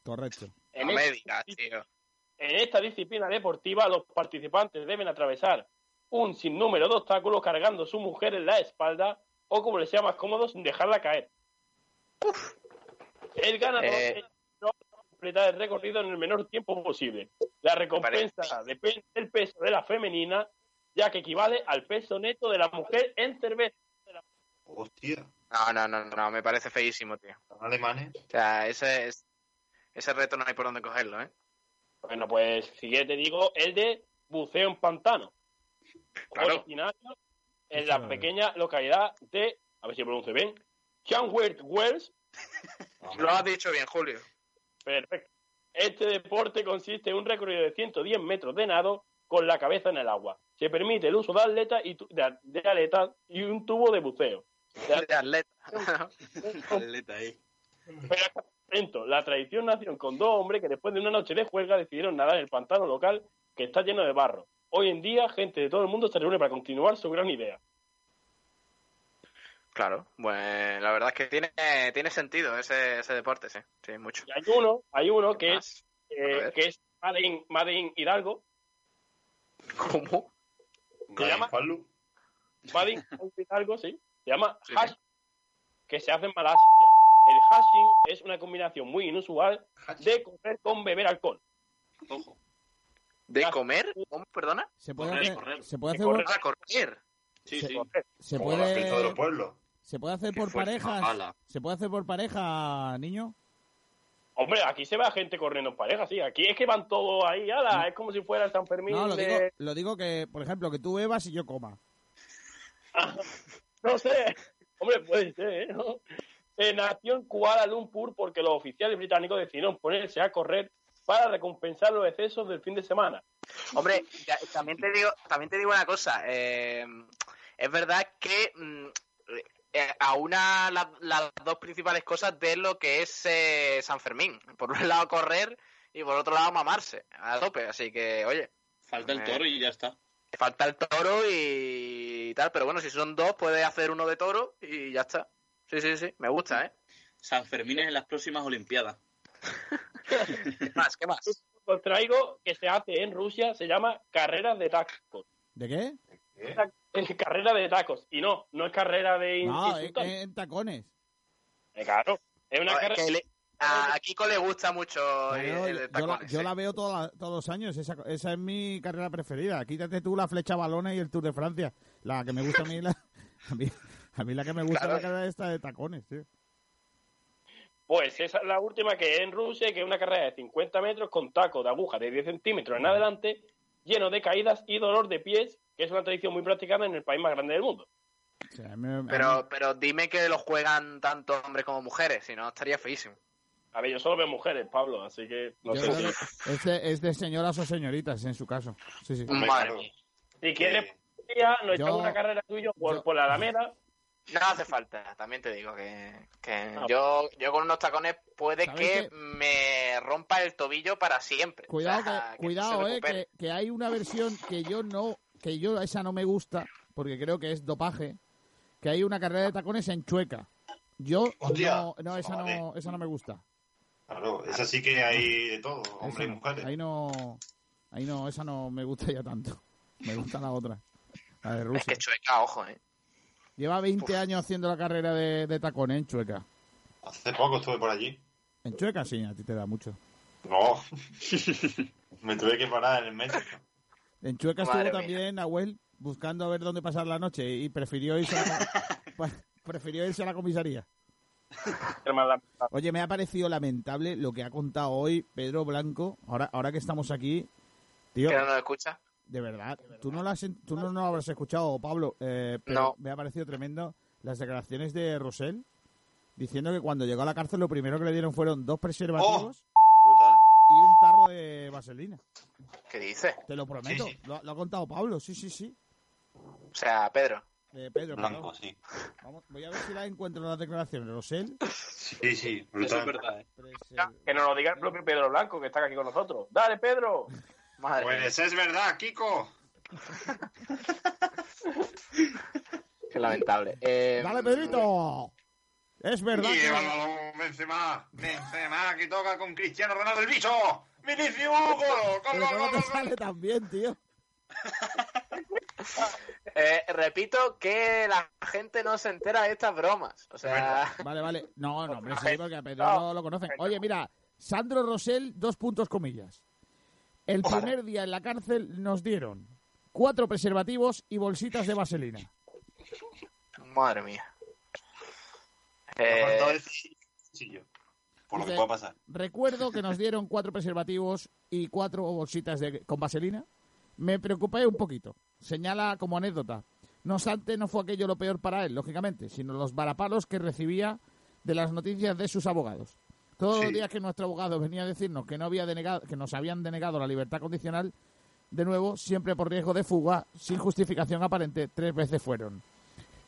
Speaker 1: Correcto.
Speaker 6: En,
Speaker 2: No
Speaker 6: es-
Speaker 2: me digas, tío.
Speaker 6: en esta disciplina deportiva, los participantes deben atravesar un sinnúmero de obstáculos cargando a su mujer en la espalda o, como les sea más cómodo, sin dejarla caer. El ganador
Speaker 2: Eh.
Speaker 6: es el que completa el recorrido en el menor tiempo posible. La recompensa depende del peso de la femenina, ya que equivale al peso neto de la mujer en cerveza.
Speaker 3: Hostia.
Speaker 2: No, no, no, no, me parece feísimo, tío.
Speaker 3: ¿Son alemanes?
Speaker 2: O sea, ese es. Ese reto no hay por dónde cogerlo, ¿eh?
Speaker 6: Bueno, pues si quieres te digo el de buceo en pantano.
Speaker 2: Claro.
Speaker 6: Originario en
Speaker 1: Eso
Speaker 6: la
Speaker 1: es.
Speaker 6: pequeña localidad de, a ver si lo pronuncio bien, Chanworth Wells.
Speaker 2: Lo has dicho bien, Julio.
Speaker 6: Perfecto. Este deporte consiste en un recorrido de 110 metros de nado con la cabeza en el agua. Se permite el uso de aletas y, tu- de, a- de aletas y un tubo de buceo.
Speaker 2: De atleta.
Speaker 4: Atleta ahí.
Speaker 6: Pero acá atento, la tradición nació con dos hombres que después de una noche de juerga decidieron nadar en el pantano local que está lleno de barro. Hoy en día, gente de todo el mundo se reúne para continuar su gran idea.
Speaker 2: Claro, bueno, la verdad es que tiene, tiene sentido ese, ese deporte, sí. Sí, mucho.
Speaker 6: Y hay uno, hay uno que
Speaker 2: Más.
Speaker 6: es, eh,
Speaker 2: Ah, A ver.
Speaker 6: que es Madin, Hidalgo.
Speaker 2: ¿Cómo?
Speaker 3: ¿Se
Speaker 6: llama?
Speaker 3: Juanlu?
Speaker 6: Madin Hidalgo, sí. Se llama
Speaker 2: Sí.
Speaker 6: hash, que se hace en Malasia. El hashing es una combinación muy inusual de comer con beber alcohol.
Speaker 4: Ojo.
Speaker 2: ¿De comer? ¿Cómo? ¿Perdona?
Speaker 1: Se puede
Speaker 4: Correr,
Speaker 1: hacer,
Speaker 4: correr.
Speaker 1: se puede
Speaker 6: Que
Speaker 1: hacer, un-
Speaker 6: correr.
Speaker 2: Ah, correr.
Speaker 4: Sí,
Speaker 1: Sí.
Speaker 4: Pues, sí.
Speaker 1: se
Speaker 3: Como la fiesta de los
Speaker 1: puede,
Speaker 3: pueblos.
Speaker 1: se puede hacer
Speaker 4: Qué
Speaker 1: por
Speaker 4: fuerte,
Speaker 1: parejas.
Speaker 4: mala.
Speaker 1: Se puede hacer por pareja, niño.
Speaker 6: Hombre, aquí se ve a gente corriendo en pareja, sí. Aquí es que van todos ahí, ala, es como si fuera el San Fermín.
Speaker 1: No, lo
Speaker 6: de-
Speaker 1: digo, lo digo que, por ejemplo, que tú bebas y yo coma.
Speaker 6: No sé. Hombre, puede ser, ¿eh? ¿no? Eh, nació en Kuala Lumpur porque los oficiales británicos decidieron ponerse a correr para recompensar los excesos del fin de semana.
Speaker 2: Hombre, ya- también te digo, también te digo una cosa. eh, es verdad que mm, eh, aúna la- las dos principales cosas de lo que es eh, San Fermín. Por un lado correr y por otro lado mamarse a tope. Así que, oye,
Speaker 4: Falta el
Speaker 2: Eh.
Speaker 4: toro y ya está.
Speaker 2: falta el toro y, y tal, pero bueno, si son dos, puedes hacer uno de toro y ya está. Sí, sí, sí, me gusta, ¿eh?
Speaker 4: San Fermín es en las próximas Olimpiadas.
Speaker 2: ¿Qué más? ¿Qué más?
Speaker 6: Os traigo que se hace en Rusia, se llama carreras de tacos.
Speaker 1: ¿De qué?
Speaker 3: ¿Eh?
Speaker 6: Es carrera de tacos. Y no, no es carrera de
Speaker 1: No, es,
Speaker 6: instituto.
Speaker 1: es en tacones.
Speaker 6: Eh, Claro, es una
Speaker 2: No, es
Speaker 6: carrera...
Speaker 2: que le- a Kiko le gusta mucho el,
Speaker 1: Claro,
Speaker 2: el
Speaker 1: yo, la,
Speaker 2: tacones,
Speaker 1: yo
Speaker 2: sí.
Speaker 1: la veo toda la- todos los años, esa, esa es mi carrera preferida. Quítate tú la flecha balona y el Tour de Francia. La que me gusta a mí, la, a mí, a mí la que me gusta
Speaker 2: Claro.
Speaker 1: es la carrera esta de tacones, tío.
Speaker 6: Pues esa es la última que es en Rusia, que es una carrera de 50 metros con taco de aguja de 10 centímetros en adelante, lleno de caídas y dolor de pies, que es una tradición muy practicada en el país más grande del mundo.
Speaker 1: O sea, a mí- a mí-
Speaker 2: Pero, pero dime que los juegan tanto hombres como mujeres, si no estaría feísimo.
Speaker 6: A ver, yo solo veo mujeres, Pablo, así que no
Speaker 1: yo
Speaker 6: sé
Speaker 1: creo
Speaker 6: si...
Speaker 1: que es, de, es de señoras o señoritas, en su caso. Sí, sí.
Speaker 2: Madre
Speaker 3: claro.
Speaker 2: mía.
Speaker 6: Si quieres,
Speaker 3: Eh,
Speaker 6: un día nos
Speaker 1: Yo-
Speaker 6: echamos una carrera tuya por,
Speaker 1: yo-
Speaker 6: por la Alameda.
Speaker 2: No hace falta, también te digo que, que
Speaker 6: No.
Speaker 2: yo, yo con unos tacones puede
Speaker 1: ¿Sabéis
Speaker 2: que
Speaker 1: qué?
Speaker 2: me rompa el tobillo para siempre.
Speaker 1: Cuidado,
Speaker 2: O sea,
Speaker 1: que,
Speaker 2: Ah, que no
Speaker 1: cuidado,
Speaker 2: se
Speaker 1: eh,
Speaker 2: recupere.
Speaker 1: que, que hay una versión que yo no, que yo esa no me gusta, porque creo que es dopaje, que hay una carrera de tacones en Chueca. Yo
Speaker 3: Hostia.
Speaker 1: no, no, esa no, esa no me gusta.
Speaker 3: Claro, esa sí que hay de todo, hombres
Speaker 1: Esa
Speaker 3: y
Speaker 1: no.
Speaker 3: mujeres.
Speaker 1: Ahí no, ahí no, esa no me gusta ya tanto. Me gusta la otra, la de
Speaker 2: Es
Speaker 1: Rusia.
Speaker 2: que chueca, ojo, eh.
Speaker 1: Lleva 20 años haciendo la carrera de, de tacones en Chueca.
Speaker 3: Hace poco estuve por allí.
Speaker 1: En Chueca sí, a ti te da mucho.
Speaker 3: No. Me tuve que parar en el metro.
Speaker 1: En Chueca estuvo
Speaker 2: Madre mía.
Speaker 1: también Nahuel buscando a ver dónde pasar la noche y prefirió irse a la- pa- prefirió irse a la comisaría.
Speaker 6: Hermano, la-
Speaker 1: Oye, me ha parecido lamentable lo que ha contado hoy Pedro Blanco. Ahora, ahora que estamos aquí, tío,
Speaker 2: Que no nos escucha.
Speaker 1: de verdad, tú no, lo has, en- tú no lo habrás escuchado, Pablo, eh, pero
Speaker 2: No.
Speaker 1: me ha parecido tremendo las declaraciones de Rosell diciendo que cuando llegó a la cárcel lo primero que le dieron fueron dos preservativos
Speaker 3: Brutal.
Speaker 2: Oh.
Speaker 1: y un tarro de vaselina.
Speaker 2: ¿Qué dice?
Speaker 1: Te lo prometo,
Speaker 3: Sí, sí.
Speaker 1: Lo, lo ha contado Pablo, sí, sí, sí.
Speaker 2: O sea, Pedro.
Speaker 1: Eh, Pedro,
Speaker 3: Blanco,
Speaker 1: perdón.
Speaker 3: sí.
Speaker 1: Vamos, voy a ver si las encuentro las declaraciones. Rosell,
Speaker 3: Sí, sí,
Speaker 4: Eso
Speaker 3: brutal.
Speaker 4: es verdad, ¿eh?
Speaker 1: preser-
Speaker 6: Que nos lo diga el propio Pedro Blanco, que está aquí con nosotros. ¡Dale, Pedro!
Speaker 2: Madre mía,
Speaker 3: Pues es verdad, Kiko.
Speaker 2: qué lamentable. Eh,
Speaker 1: ¡Dale, Pedrito! Es verdad que...
Speaker 3: Llévalo, Benzema. Benzema que toca con Cristiano Ronaldo el bicho. Vinicius, gol, gol,
Speaker 1: Pero
Speaker 3: gol,
Speaker 1: ¿cómo
Speaker 3: gol,
Speaker 1: te
Speaker 3: gol,
Speaker 1: sale tan bien, tío?
Speaker 2: eh, repito que la gente no se entera de estas bromas. O sea,
Speaker 1: Vale, vale. No, no, hombre, sí, porque a Pedro
Speaker 6: No.
Speaker 1: no lo conocen. Oye, mira, Sandro Rosell, dos puntos comillas. El primer día en la cárcel nos dieron cuatro preservativos y bolsitas de vaselina.
Speaker 2: madre mía.
Speaker 3: Me
Speaker 2: Eh,
Speaker 3: faltó decir cuchillo, Por lo que
Speaker 1: Dice-
Speaker 3: pueda pasar.
Speaker 1: Recuerdo que nos dieron cuatro preservativos y cuatro bolsitas de, con vaselina. Me preocupé un poquito. Señala como anécdota. No obstante, no fue aquello lo peor para él, lógicamente, sino los varapalos que recibía de las noticias de sus abogados. Todos los
Speaker 3: Sí.
Speaker 1: días que nuestro abogado venía a decirnos que no había denegado, que nos habían denegado la libertad condicional, de nuevo, siempre por riesgo de fuga, sin justificación aparente, tres veces fueron.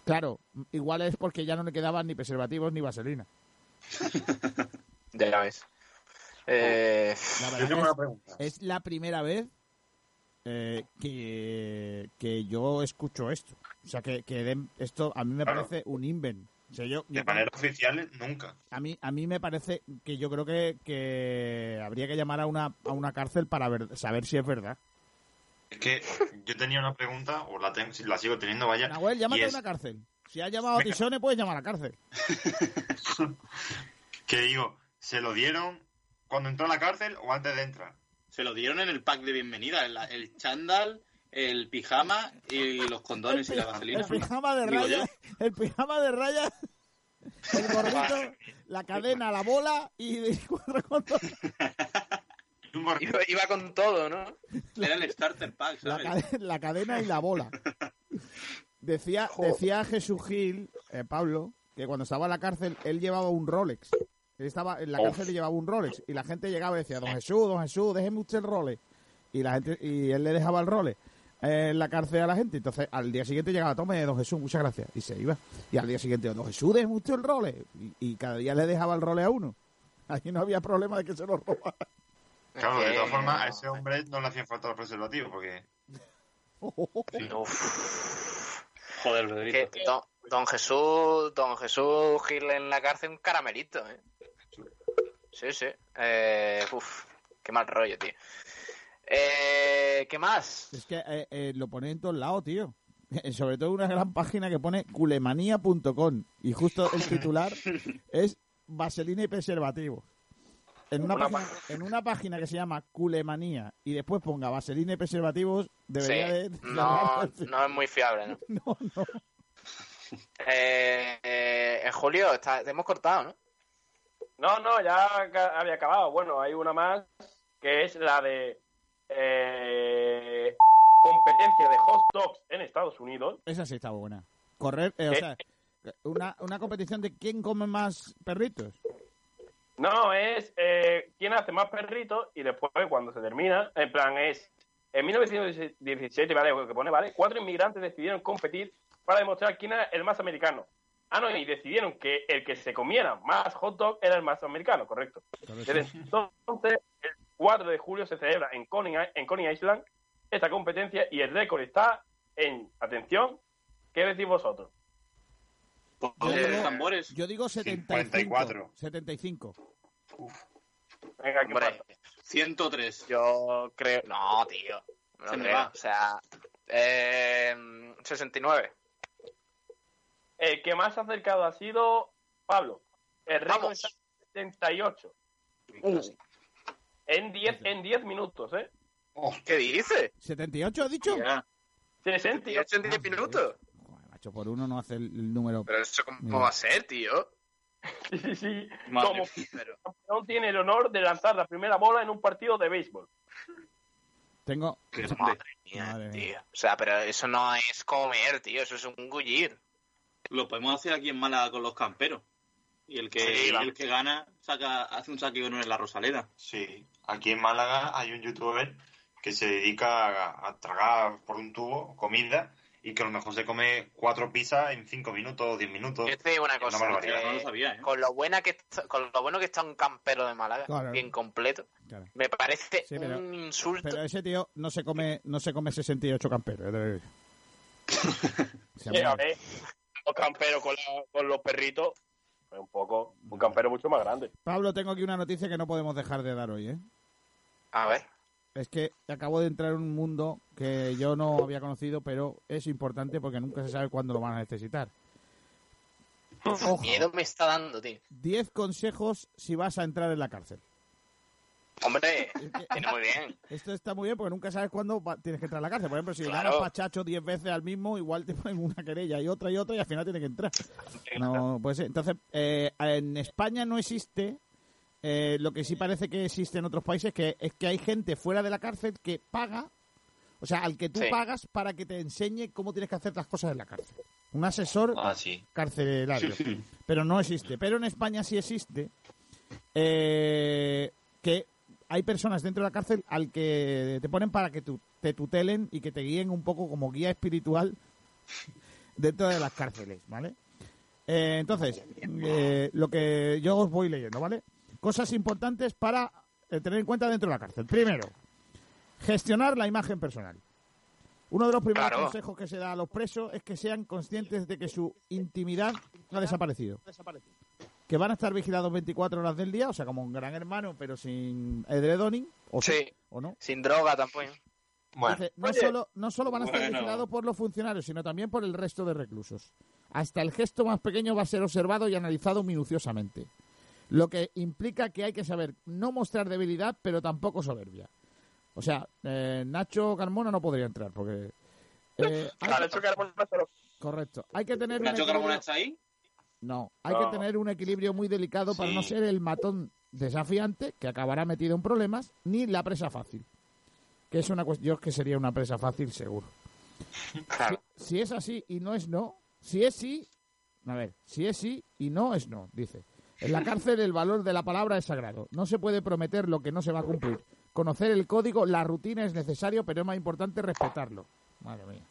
Speaker 1: Claro, igual es porque ya no le quedaban ni preservativos ni vaselina.
Speaker 2: ya ves. Eh,
Speaker 1: La
Speaker 3: Yo
Speaker 1: verdad
Speaker 3: tengo
Speaker 1: es-
Speaker 3: una pregunta.
Speaker 1: Es la primera vez eh, que, que yo escucho esto. O sea, que, que den- esto a mí me
Speaker 3: Claro.
Speaker 1: parece un invent. O sea, yo, yo-
Speaker 3: De manera oficial, nunca.
Speaker 1: a, mí, a mí me parece que yo creo que, que habría que llamar a una, a una cárcel para ver- saber si es verdad.
Speaker 3: Es que yo tenía una pregunta, o la, tengo, si la sigo teniendo, vaya.
Speaker 1: Nahuel, llámate
Speaker 3: y
Speaker 1: a
Speaker 3: es
Speaker 1: una cárcel. Si has llamado a Tisone, puedes llamar a la cárcel.
Speaker 3: que digo, ¿se lo dieron cuando entró a la cárcel o antes de entrar?
Speaker 4: Se lo dieron en el pack de bienvenida, el, el chándal, el pijama y los condones y la
Speaker 1: El
Speaker 4: vaselina.
Speaker 1: pijama de
Speaker 4: Digo
Speaker 1: rayas, el pijama de rayas, el gorrito, la cadena, la bola y cuatro condones.
Speaker 3: Y un gorrito.
Speaker 2: iba, iba con todo, ¿no?
Speaker 4: Era el starter pack,
Speaker 1: La,
Speaker 4: ¿sabes?
Speaker 1: cade- la cadena y la bola. Decía, decía Jesús Gil, eh, Pablo, que cuando estaba en la cárcel él llevaba un Rolex. Él estaba en la
Speaker 3: Uf.
Speaker 1: cárcel y llevaba un Rolex. Y la gente llegaba y decía, don Jesús, don Jesús, déjeme usted el Rolex. Y, la gente, y él le dejaba el Rolex eh, en la cárcel a la gente. Entonces al día siguiente llegaba, tome, don Jesús, muchas gracias. Y se iba. Y al día siguiente, don Jesús, déjeme usted el Rolex. Y, y cada día le dejaba el Rolex a uno. Aquí no había problema de que se lo robara.
Speaker 3: Claro, de todas
Speaker 2: Eh,
Speaker 3: formas, a
Speaker 2: no.
Speaker 3: ese hombre no le hacían falta los preservativos, porque.
Speaker 2: Uf.
Speaker 4: Joder, Pedrito.
Speaker 2: Que don, don Jesús, don Jesús Gil en la cárcel, un caramelito, ¿eh? Sí, sí. Eh, uf, qué mal rollo, tío. Eh, ¿Qué más?
Speaker 1: Es que eh, eh, lo pone en todos lados, tío. Eh, Sobre todo en una gran página que pone culemanía.com y justo el titular es vaselina y preservativo. En una, página, en una página que se llama culemanía y después ponga vaselina y preservativos, debería
Speaker 2: Sí.
Speaker 1: de...
Speaker 2: No, no es muy fiable, ¿no?
Speaker 1: No, no.
Speaker 2: Eh, eh, en Julio, está- te hemos cortado, ¿no?
Speaker 6: No, no, ya ca- había acabado. Bueno, hay una más que es la de eh, competencia de hot dogs en Estados Unidos.
Speaker 1: Esa sí está buena. Correr, eh, o
Speaker 6: Eh.
Speaker 1: sea, una, una competición de quién come más perritos.
Speaker 6: No, es eh, quién hace más perritos y después cuando se termina, en plan es, en 1917, ¿vale? lo Que pone, ¿vale? Cuatro inmigrantes decidieron competir para demostrar quién era el más americano. Ah, no, y decidieron que el que se comiera más hot dog era el más americano, correcto. Desde entonces, el 4 de julio se celebra en Coney, en Coney Island esta competencia y el récord está en, atención, ¿qué decís vosotros?
Speaker 4: Por
Speaker 2: Eh,
Speaker 4: los tambores.
Speaker 1: Yo digo 74.
Speaker 3: 54.
Speaker 1: 75.
Speaker 6: Venga, ¿qué
Speaker 2: Hombre,
Speaker 6: pasa?
Speaker 4: 103.
Speaker 2: yo creo... No, tío. no lo
Speaker 4: Se me
Speaker 2: creo.
Speaker 4: va.
Speaker 2: O sea, eh, 69.
Speaker 6: El que más se ha acercado ha sido Pablo. El récord
Speaker 2: Vamos.
Speaker 6: está en 78. En 10 en 10 minutos, ¿eh?
Speaker 2: ¿Qué dices?
Speaker 1: ¿78 has dicho?
Speaker 4: Ya.
Speaker 6: 68.
Speaker 1: Ah,
Speaker 2: 80
Speaker 1: pues,
Speaker 2: minutos.
Speaker 1: Joder, macho, por uno no hace el, el número.
Speaker 2: Pero eso cómo
Speaker 1: Mira.
Speaker 2: va a ser, tío.
Speaker 6: Sí, sí, sí.
Speaker 4: Madre
Speaker 6: Como
Speaker 4: mía.
Speaker 2: Pero-
Speaker 6: campeón tiene el honor de lanzar la primera bola en un partido de béisbol.
Speaker 1: Tengo.
Speaker 4: Pero,
Speaker 2: madre
Speaker 4: madre
Speaker 2: mía,
Speaker 1: Madre mía.
Speaker 2: tío. O sea, pero eso no es comer, tío. Eso es un gullir.
Speaker 4: Lo podemos hacer aquí en Málaga con los camperos. Y el que,
Speaker 2: Sí,
Speaker 4: y
Speaker 2: va.
Speaker 4: el que gana saca, hace un saque con en la Rosaleda.
Speaker 3: Sí, aquí en Málaga hay un youtuber que se dedica a, a tragar por un tubo comida y que a lo mejor se come cuatro pizzas en cinco minutos, diez minutos.
Speaker 2: Yo te digo una
Speaker 3: Pues,
Speaker 2: cosa.
Speaker 3: Una barbaridad.
Speaker 2: eh,
Speaker 4: No lo sabía, ¿eh?
Speaker 2: Con lo, buena que está- con lo bueno que está un campero de Málaga,
Speaker 1: Claro.
Speaker 2: bien completo,
Speaker 1: Claro.
Speaker 2: me parece
Speaker 1: Sí, pero-
Speaker 2: un insulto.
Speaker 1: Pero ese tío no se come, no se come 68 camperos. ya te lo digo. Se
Speaker 6: Sí, a
Speaker 1: muere.
Speaker 6: ver, los camperos con, la- con los perritos. Es un poco, un campero mucho más grande.
Speaker 1: Pablo, tengo aquí una noticia que no podemos dejar de dar hoy, ¿eh?
Speaker 2: A ver.
Speaker 1: Es que acabo de entrar en un mundo que yo no había conocido, pero es importante porque nunca se sabe cuándo lo van a necesitar. Ojo,
Speaker 2: Miedo me está dando, tío.
Speaker 1: 10 consejos si vas a entrar en la cárcel.
Speaker 2: Hombre,
Speaker 1: Es que-
Speaker 2: viene muy bien.
Speaker 1: Esto está muy bien porque nunca sabes cuándo va- tienes que entrar a la cárcel. Por ejemplo, si le
Speaker 2: Claro.
Speaker 1: ganas pachacho 10 veces al mismo, igual te ponen una querella y otra y otra y al final tiene que entrar. No, pues entonces, eh, en España no existe. eh, lo que sí parece que existe en otros países que es que hay gente fuera de la cárcel que paga, o sea, al que tú
Speaker 2: Sí.
Speaker 1: pagas para que te enseñe cómo tienes que hacer las cosas en la cárcel. Un asesor
Speaker 3: Ah, sí.
Speaker 1: carcelario. Pero no existe. Pero en España sí existe eh, que hay personas dentro de la cárcel al que te ponen para que tu- te tutelen y que te guíen un poco como guía espiritual dentro de las cárceles, ¿vale? Eh, entonces, eh, lo que yo os voy leyendo, ¿vale? Cosas importantes para eh, tener en cuenta dentro de la cárcel. Primero, gestionar la imagen personal. Uno de los primeros
Speaker 2: Claro.
Speaker 1: consejos que se da a los presos es que sean conscientes de que su intimidad ha desaparecido. Que van a estar vigilados 24 horas del día, o sea, como un gran hermano, pero sin edredoning, o sí,
Speaker 2: Sí.
Speaker 1: o no.
Speaker 2: Sin droga tampoco.
Speaker 3: Bueno,
Speaker 1: Dice, no,
Speaker 6: Oye.
Speaker 1: solo, no solo van a estar
Speaker 4: Bueno.
Speaker 1: vigilados por los funcionarios, sino también por el resto de reclusos. Hasta el gesto más pequeño va a ser observado y analizado minuciosamente. Lo que implica que hay que saber no mostrar debilidad, pero tampoco soberbia. O sea, eh, Nacho Carmona no podría entrar, porque... eh, hay-
Speaker 6: Vale, eso que ahora ponemos a los-
Speaker 1: correcto. Hay que tener... un
Speaker 4: ¿Nacho Carmona
Speaker 1: equilibrio-
Speaker 4: está ahí?
Speaker 1: no, hay
Speaker 6: No.
Speaker 1: que tener un equilibrio muy delicado para
Speaker 3: Sí.
Speaker 1: no ser el matón desafiante que acabará metido en problemas, ni la presa fácil. Que es una cuestión, yo es que sería una presa fácil seguro.
Speaker 2: Claro.
Speaker 1: Si, si es así y no es no, si es sí, a ver, si es sí y no es no, dice. En la cárcel el valor de la palabra es sagrado. No se puede prometer lo que no se va a cumplir. Conocer el código, la rutina es necesario, pero es más importante respetarlo. Madre mía.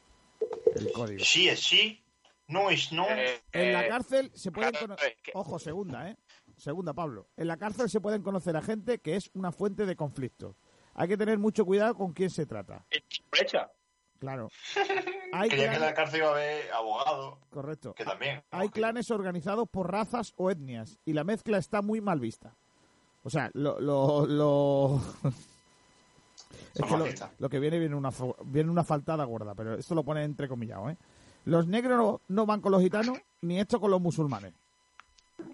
Speaker 1: El código.
Speaker 3: sí es sí, no es no.
Speaker 2: Eh,
Speaker 1: En la
Speaker 2: eh,
Speaker 1: cárcel se pueden
Speaker 2: claro,
Speaker 1: conocer...
Speaker 2: es que-
Speaker 1: Ojo, segunda, ¿eh? Segunda, Pablo. En la cárcel se pueden conocer a gente que es una fuente de conflicto. Hay que tener mucho cuidado con quién se trata.
Speaker 6: Brecha.
Speaker 1: Claro. Hay
Speaker 3: Creía que en
Speaker 1: clanes-
Speaker 3: la cárcel iba a haber abogado,
Speaker 1: Correcto.
Speaker 3: que también.
Speaker 1: Hay clanes organizados por razas o etnias y la mezcla está muy mal vista. O sea, lo... lo, lo- Es que lo,
Speaker 3: Racista.
Speaker 1: lo que viene viene una, fo- viene una faltada gorda, pero esto lo pone entrecomillado, ¿eh? Los negros no, no van con los gitanos, ni esto con los musulmanes.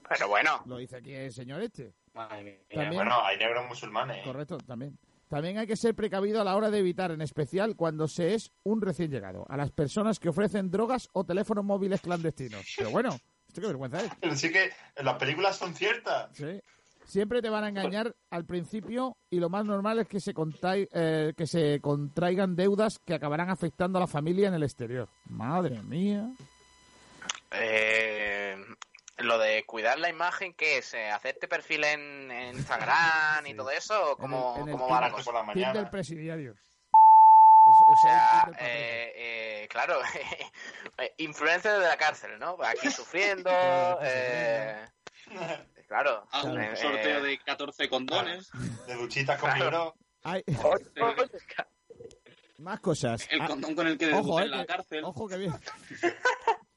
Speaker 5: Pero bueno,
Speaker 1: Lo dice aquí el señor este.
Speaker 4: Madre mía.
Speaker 1: También,
Speaker 3: Eh, Bueno, hay negros musulmanes.
Speaker 1: correcto, también. También hay que ser precavido a la hora de evitar, en especial cuando se es un recién llegado, a las personas que ofrecen drogas o teléfonos móviles clandestinos. Pero bueno, esto qué vergüenza es.
Speaker 3: Pero sí que las películas son ciertas.
Speaker 1: Sí. Siempre te van a engañar al principio y lo más normal es que se, contrai- eh, que se contraigan deudas que acabarán afectando a la familia en el exterior. Madre mía.
Speaker 2: Eh, lo de cuidar la imagen, ¿qué es? Eh, ¿Hacerte perfil en, en Instagram
Speaker 1: Sí.
Speaker 2: y todo eso? ¿O ¿Cómo,
Speaker 1: En el- en el
Speaker 2: cómo va la
Speaker 3: Marte
Speaker 2: cosa?
Speaker 3: por la
Speaker 1: Tinder
Speaker 3: mañana.
Speaker 1: del presidiario.
Speaker 2: O sea, eh, eh, claro, eh, influencer de la cárcel, ¿no? Aquí sufriendo. eh, claro.
Speaker 4: Hago
Speaker 2: eh,
Speaker 4: Ah, un sorteo de 14 condones.
Speaker 1: Ah.
Speaker 3: De duchitas con libro.
Speaker 1: Hay más cosas.
Speaker 4: El
Speaker 1: Ah,
Speaker 4: condón con el que
Speaker 1: Ojo,
Speaker 4: debuté
Speaker 1: eh,
Speaker 4: en la
Speaker 1: que-
Speaker 4: cárcel.
Speaker 1: Ojo que viene.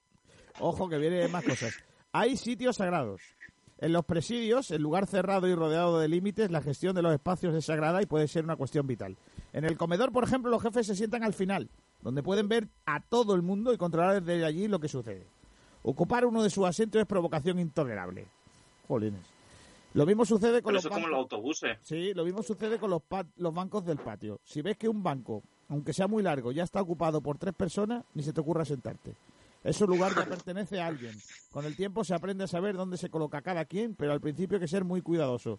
Speaker 1: Ojo que viene más cosas. Hay sitios sagrados. En los presidios, el lugar cerrado y rodeado de límites, la gestión de los espacios es sagrada y puede ser una cuestión vital. En el comedor, por ejemplo, los jefes se sientan al final, donde pueden ver a todo el mundo y controlar desde allí lo que sucede. Ocupar uno de sus asientos es provocación intolerable. Jolines. Lo mismo sucede con
Speaker 4: Pero
Speaker 1: los
Speaker 4: eso es como
Speaker 1: bancos-
Speaker 4: los autobuses.
Speaker 1: Sí, lo mismo sucede con los, pa- los bancos del patio. Si ves que un banco, aunque sea muy largo, ya está ocupado por tres personas, ni se te ocurra sentarte. Es un lugar que pertenece a alguien. Con el tiempo se aprende a saber dónde se coloca cada quien, pero al principio hay que ser muy cuidadoso.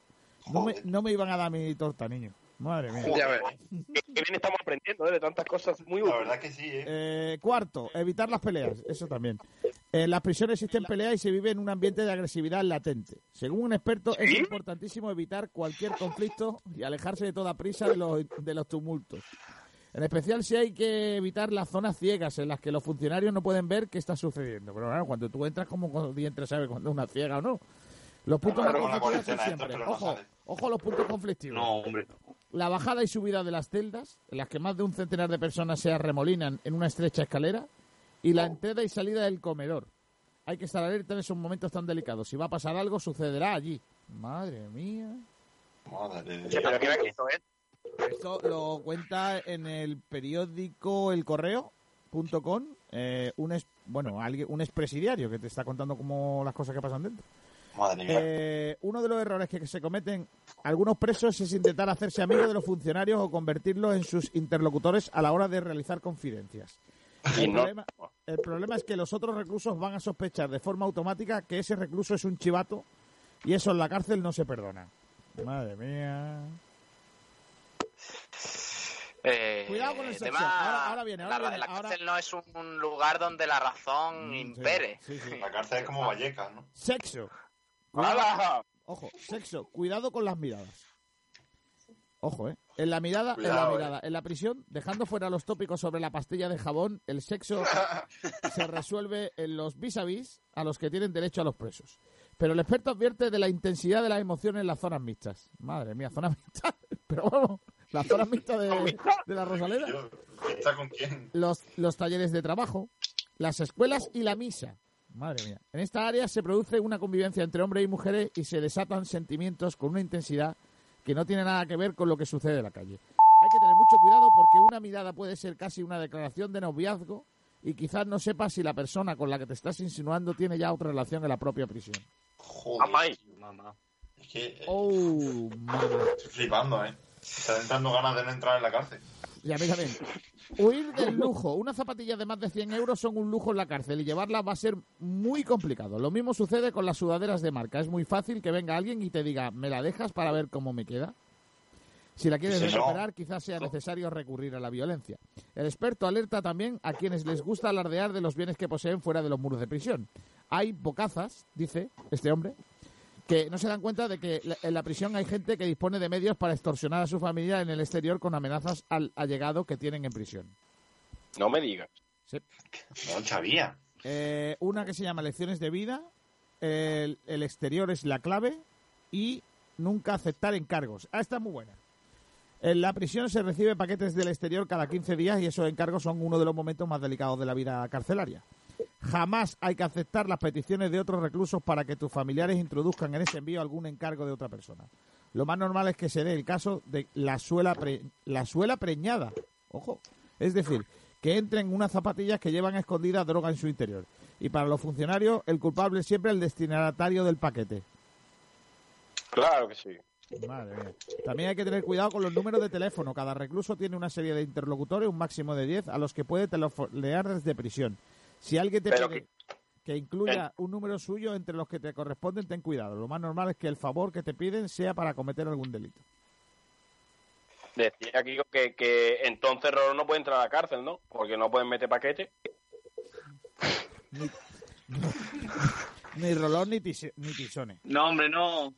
Speaker 1: No me, no me iban a dar mi torta, niño. Madre mía.
Speaker 3: Joder,
Speaker 2: Ya ves.
Speaker 5: que que bien estamos aprendiendo ¿eh? de tantas cosas muy
Speaker 3: la
Speaker 5: útiles.
Speaker 3: verdad que sí, ¿eh?
Speaker 1: Eh, cuarto, evitar las peleas. Eso también. En las prisiones existen peleas y se vive en un ambiente de agresividad latente. Según un experto, es importantísimo evitar cualquier conflicto y alejarse de toda prisa de los, de los tumultos. En especial si hay que evitar las zonas ciegas en las que los funcionarios no pueden ver qué está sucediendo. Pero claro, cuando tú entras, como dientes sabes cuando es una ciega o no. Los puntos
Speaker 3: Claro, con
Speaker 1: más
Speaker 3: la
Speaker 1: conflictivos son
Speaker 3: cuarentena
Speaker 1: siempre.
Speaker 3: entras, pero no
Speaker 1: Ojo,
Speaker 3: sales.
Speaker 1: ojo a los puntos conflictivos
Speaker 4: No, hombre.
Speaker 1: la bajada y subida de las celdas, en las que más de un centenar de personas se arremolinan en una estrecha escalera, y la entrada y salida del comedor. Hay que estar alerta en esos momentos tan delicados. Si va a pasar algo, sucederá allí. Madre mía.
Speaker 3: Madre de
Speaker 5: Oye, pero qué bonito, ¿eh?
Speaker 1: Esto lo cuenta en el periódico El Correo.com, eh, un, ex- bueno, alguien, un expresidiario que te está contando cómo las cosas que pasan dentro.
Speaker 3: Madre mía.
Speaker 1: Eh, uno de los errores que se cometen algunos presos es intentar hacerse amigos de los funcionarios o convertirlos en sus interlocutores a la hora de realizar confidencias. El,
Speaker 5: no.
Speaker 1: problema, el problema es que los otros reclusos van a sospechar de forma automática que ese recluso es un chivato y eso en la cárcel no se perdona. Madre mía.
Speaker 2: Eh,
Speaker 1: Cuidado con el sexo.
Speaker 2: tema-
Speaker 1: Ahora- ahora viene, ahora
Speaker 2: la,
Speaker 1: viene,
Speaker 2: la
Speaker 1: ahora-
Speaker 2: cárcel no es un, un lugar donde la razón
Speaker 1: Mm, sí,
Speaker 2: impere.
Speaker 1: sí, sí.
Speaker 3: La cárcel es como
Speaker 1: ah,
Speaker 3: Vallecas, ¿no?
Speaker 1: Sexo.
Speaker 5: ¡Hala!
Speaker 1: Ojo, sexo, cuidado con las miradas. Ojo, ¿eh? En la mirada, en
Speaker 3: Cuidado,
Speaker 1: la
Speaker 3: eh.
Speaker 1: mirada, en la prisión, dejando fuera los tópicos sobre la pastilla de jabón, el sexo se resuelve en los vis-a-vis a los que tienen derecho a los presos. Pero el experto advierte de la intensidad de las emociones en las zonas mixtas. Madre mía, zonas mixtas. Pero vamos, las zonas mixtas de, de la Rosaleda
Speaker 3: Yo, ¿Está con quién?
Speaker 1: los, los talleres de trabajo, las escuelas y la misa. Madre mía. En esta área se produce una convivencia entre hombres y mujeres y se desatan sentimientos con una intensidad que no tiene nada que ver con lo que sucede en la calle. Hay que tener mucho cuidado porque una mirada puede ser casi una declaración de noviazgo y quizás no sepas si la persona con la que te estás insinuando tiene ya otra relación en la propia prisión.
Speaker 3: Joder.
Speaker 5: Amai.
Speaker 4: Mamá.
Speaker 3: Es que eh,
Speaker 1: Oh, madre.
Speaker 3: estoy flipando, ¿eh? Está entrando ganas de no entrar en la cárcel.
Speaker 1: Ya ves, ya ves. Huir del lujo. Unas zapatillas de más de 100 euros son un lujo en la cárcel y llevarlas va a ser muy complicado. Lo mismo sucede con las sudaderas de marca. Es muy fácil que venga alguien y te diga, ¿me la dejas para ver cómo me queda? Si la quieres
Speaker 3: Sí, no.
Speaker 1: recuperar, quizás sea necesario recurrir a la violencia. El experto alerta también a quienes les gusta alardear de los bienes que poseen fuera de los muros de prisión. Hay bocazas, dice este hombre, que no se dan cuenta de que la- en la prisión hay gente que dispone de medios para extorsionar a su familia en el exterior con amenazas al allegado que tienen en prisión.
Speaker 5: No me digas.
Speaker 3: No sabía.
Speaker 1: Eh, una que se llama Lecciones de Vida, el, el exterior es la clave y nunca aceptar encargos. Ah, está muy buena. En la prisión se recibe paquetes del exterior cada 15 días y esos encargos son uno de los momentos más delicados de la vida carcelaria. Jamás hay que aceptar las peticiones de otros reclusos para que tus familiares introduzcan en ese envío algún encargo de otra persona. Lo más normal es que se dé el caso de la suela, pre- la suela preñada. Ojo. Es decir, que entren unas zapatillas que llevan escondida droga en su interior. Y para los funcionarios, el culpable es siempre el destinatario del paquete.
Speaker 5: Claro que sí.
Speaker 1: Madre mía. También hay que tener cuidado con los números de teléfono. Cada recluso tiene una serie de interlocutores, un máximo de 10, a los que puede telefonear desde prisión. Si alguien te
Speaker 5: Pero
Speaker 1: pide que incluya un número suyo entre los que te corresponden, ten cuidado. Lo más normal es que el favor que te piden sea para cometer algún delito.
Speaker 5: Decía aquí que, que entonces Rolo no puede entrar a la cárcel, ¿no? Porque no pueden meter paquete.
Speaker 1: Ni rolón ni, tise- ni tizones.
Speaker 4: No, hombre, no.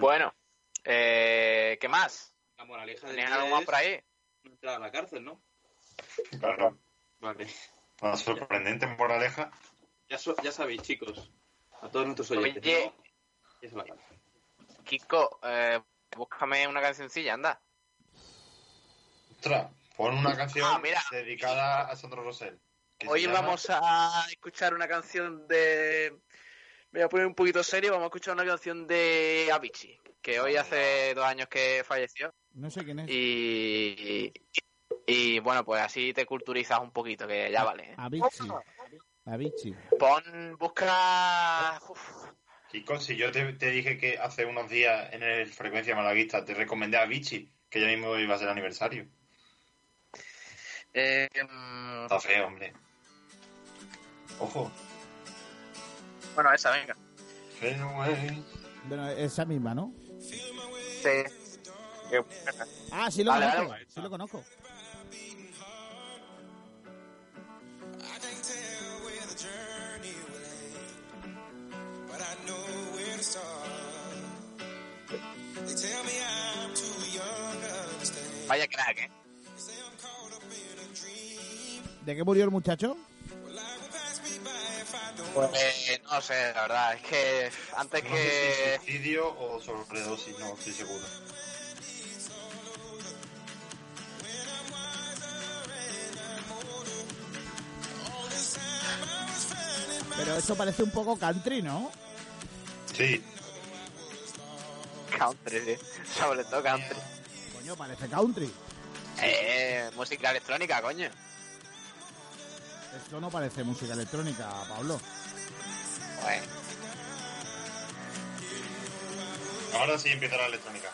Speaker 2: Bueno, eh, ¿qué más?
Speaker 4: La moraleja del
Speaker 2: ¿Tenían
Speaker 4: día
Speaker 2: algo más
Speaker 4: es
Speaker 2: por ahí?
Speaker 4: no entrar a la cárcel, ¿no?
Speaker 3: Claro,
Speaker 4: Vale.
Speaker 3: una sorprendente moraleja.
Speaker 4: Ya, so- ya sabéis, chicos. A todos nuestros
Speaker 2: Oye.
Speaker 4: oyentes. ¿no? Ya se va a acabar.
Speaker 2: Kiko, eh, búscame una cancioncilla, anda.
Speaker 3: Ostras, pon una canción
Speaker 2: Ah, mira.
Speaker 3: dedicada a Sandro Rosell. que se
Speaker 2: Hoy
Speaker 3: llama-
Speaker 2: vamos a escuchar una canción de. Me voy a poner un poquito serio, vamos a escuchar una canción de Avicii, que hoy hace dos años que falleció.
Speaker 1: No sé quién es.
Speaker 2: Eh, Y. Y bueno, pues así te culturizas un poquito, que ya vale. ¿eh?
Speaker 1: Avicii. Avicii.
Speaker 2: Pon, busca. uf,
Speaker 3: Kiko, si yo te, te dije que hace unos días en el Frecuencia Malaguista te recomendé a Vichy, que ya mismo iba a ser aniversario.
Speaker 2: eh, mm,
Speaker 3: Está feo, hombre. Ojo.
Speaker 2: bueno, esa, venga.
Speaker 3: Feo, güey.
Speaker 1: Bueno, esa misma, ¿no?
Speaker 2: Sí.
Speaker 1: Ah, sí lo
Speaker 2: Vale,
Speaker 1: conozco.
Speaker 2: vale.
Speaker 1: Sí lo conozco.
Speaker 2: Vaya crack, ¿eh?
Speaker 1: ¿De qué murió el muchacho?
Speaker 2: Eh, no sé, la verdad, es que antes
Speaker 3: No sé
Speaker 2: que.
Speaker 3: si suicidio o sobredosis, no estoy seguro.
Speaker 1: Pero esto parece un poco country, ¿no?
Speaker 3: Sí,
Speaker 2: Country, sí. Sobre todo country.
Speaker 1: Coño, parece country.
Speaker 2: Eh, música electrónica, coño.
Speaker 1: Esto no parece música electrónica, Pablo.
Speaker 2: Bueno.
Speaker 3: ahora sí empieza la electrónica.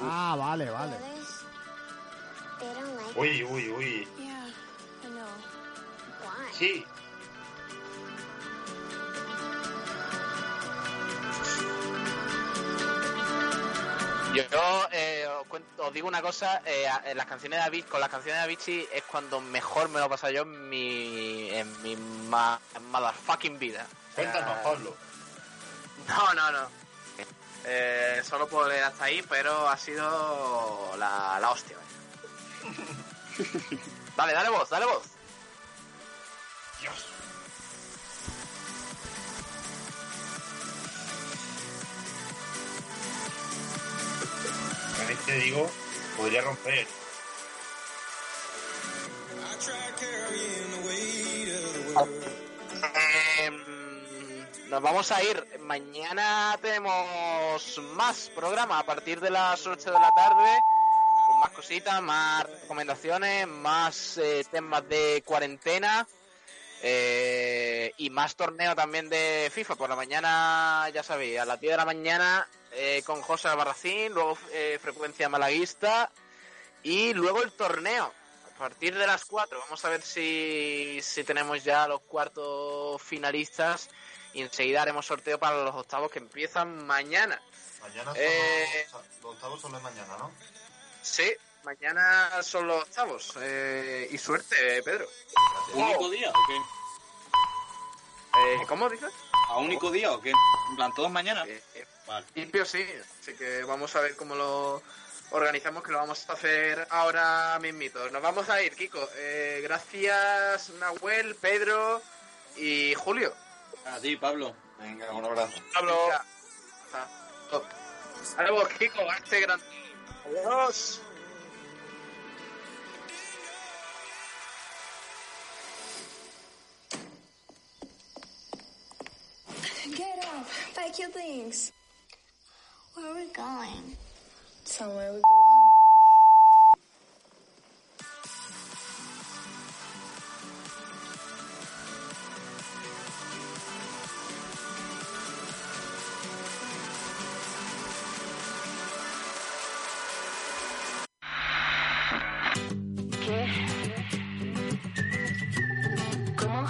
Speaker 1: Ah, vale, vale.
Speaker 7: Others, They don't like
Speaker 3: Uy, uy, uy.
Speaker 7: Yeah, I know. Why?
Speaker 3: Sí.
Speaker 2: Yo eh, os, cuento- os digo una cosa, eh, a- en las canciones de Avicii, con las canciones de Avicii es cuando mejor me lo he pasado yo en mi, en mi ma- motherfucking vida. O sea,
Speaker 3: Cuéntanos, Pablo.
Speaker 2: No, no, no. Eh, solo puedo leer hasta ahí, pero ha sido la, la hostia. vaya. dale, dale voz, dale voz.
Speaker 3: Con este digo, podría romper.
Speaker 2: Em, nos vamos a ir. Mañana tenemos más programa a partir de las 8 de la tarde. Con más cositas, más recomendaciones, más eh, temas de cuarentena. eh, y más torneo también de FIFA. Por la mañana, ya sabéis, a las 10 de la mañana eh, con José Albarracín, luego eh, Frecuencia Malaguista y luego el torneo. A partir de las 4, vamos a ver si, si tenemos ya los cuartos finalistas y enseguida haremos sorteo para los octavos que empiezan mañana.
Speaker 3: Mañana son
Speaker 2: Eh.
Speaker 3: los, los octavos son los de mañana, ¿no?
Speaker 2: Sí, mañana son los octavos. eh, y suerte, Pedro.
Speaker 4: ¿Único día o qué?
Speaker 2: Eh, ¿Cómo dices?
Speaker 4: ¿A único día o qué? ¿En plan todos mañana?
Speaker 2: Eh, eh,
Speaker 4: Vale.
Speaker 2: limpio sí, así que vamos a ver cómo lo organizamos, que lo vamos a hacer ahora mismito. Nos vamos a ir, Kiko. Eh, gracias, Nahuel, Pedro y Julio.
Speaker 4: A ti, Pablo.
Speaker 3: Venga, un abrazo.
Speaker 2: Pablo. Adiós, Kiko, hazte grande. Adiós.
Speaker 7: Get up. Pack your things. Where are we going? Somewhere we belong.
Speaker 8: ¿Qué? ¿Cómo?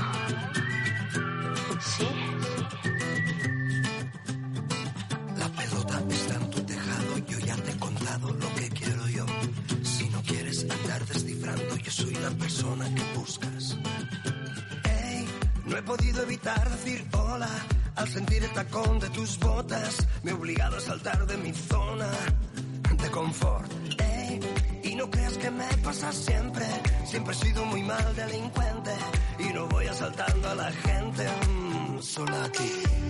Speaker 8: ¿Sí?
Speaker 9: La pelota está en tu tejado, yo ya te he contado lo que quiero yo. Si no quieres andar descifrando, yo soy la persona que buscas. Ey, no he podido evitar decir hola al sentir el tacón de tus botas. Me he obligado a saltar de mi zona de confort. Ey, y no creas que me pasa siempre, siempre he sido muy mal delincuente. Y no voy asaltando a la gente, mm, solo a ti.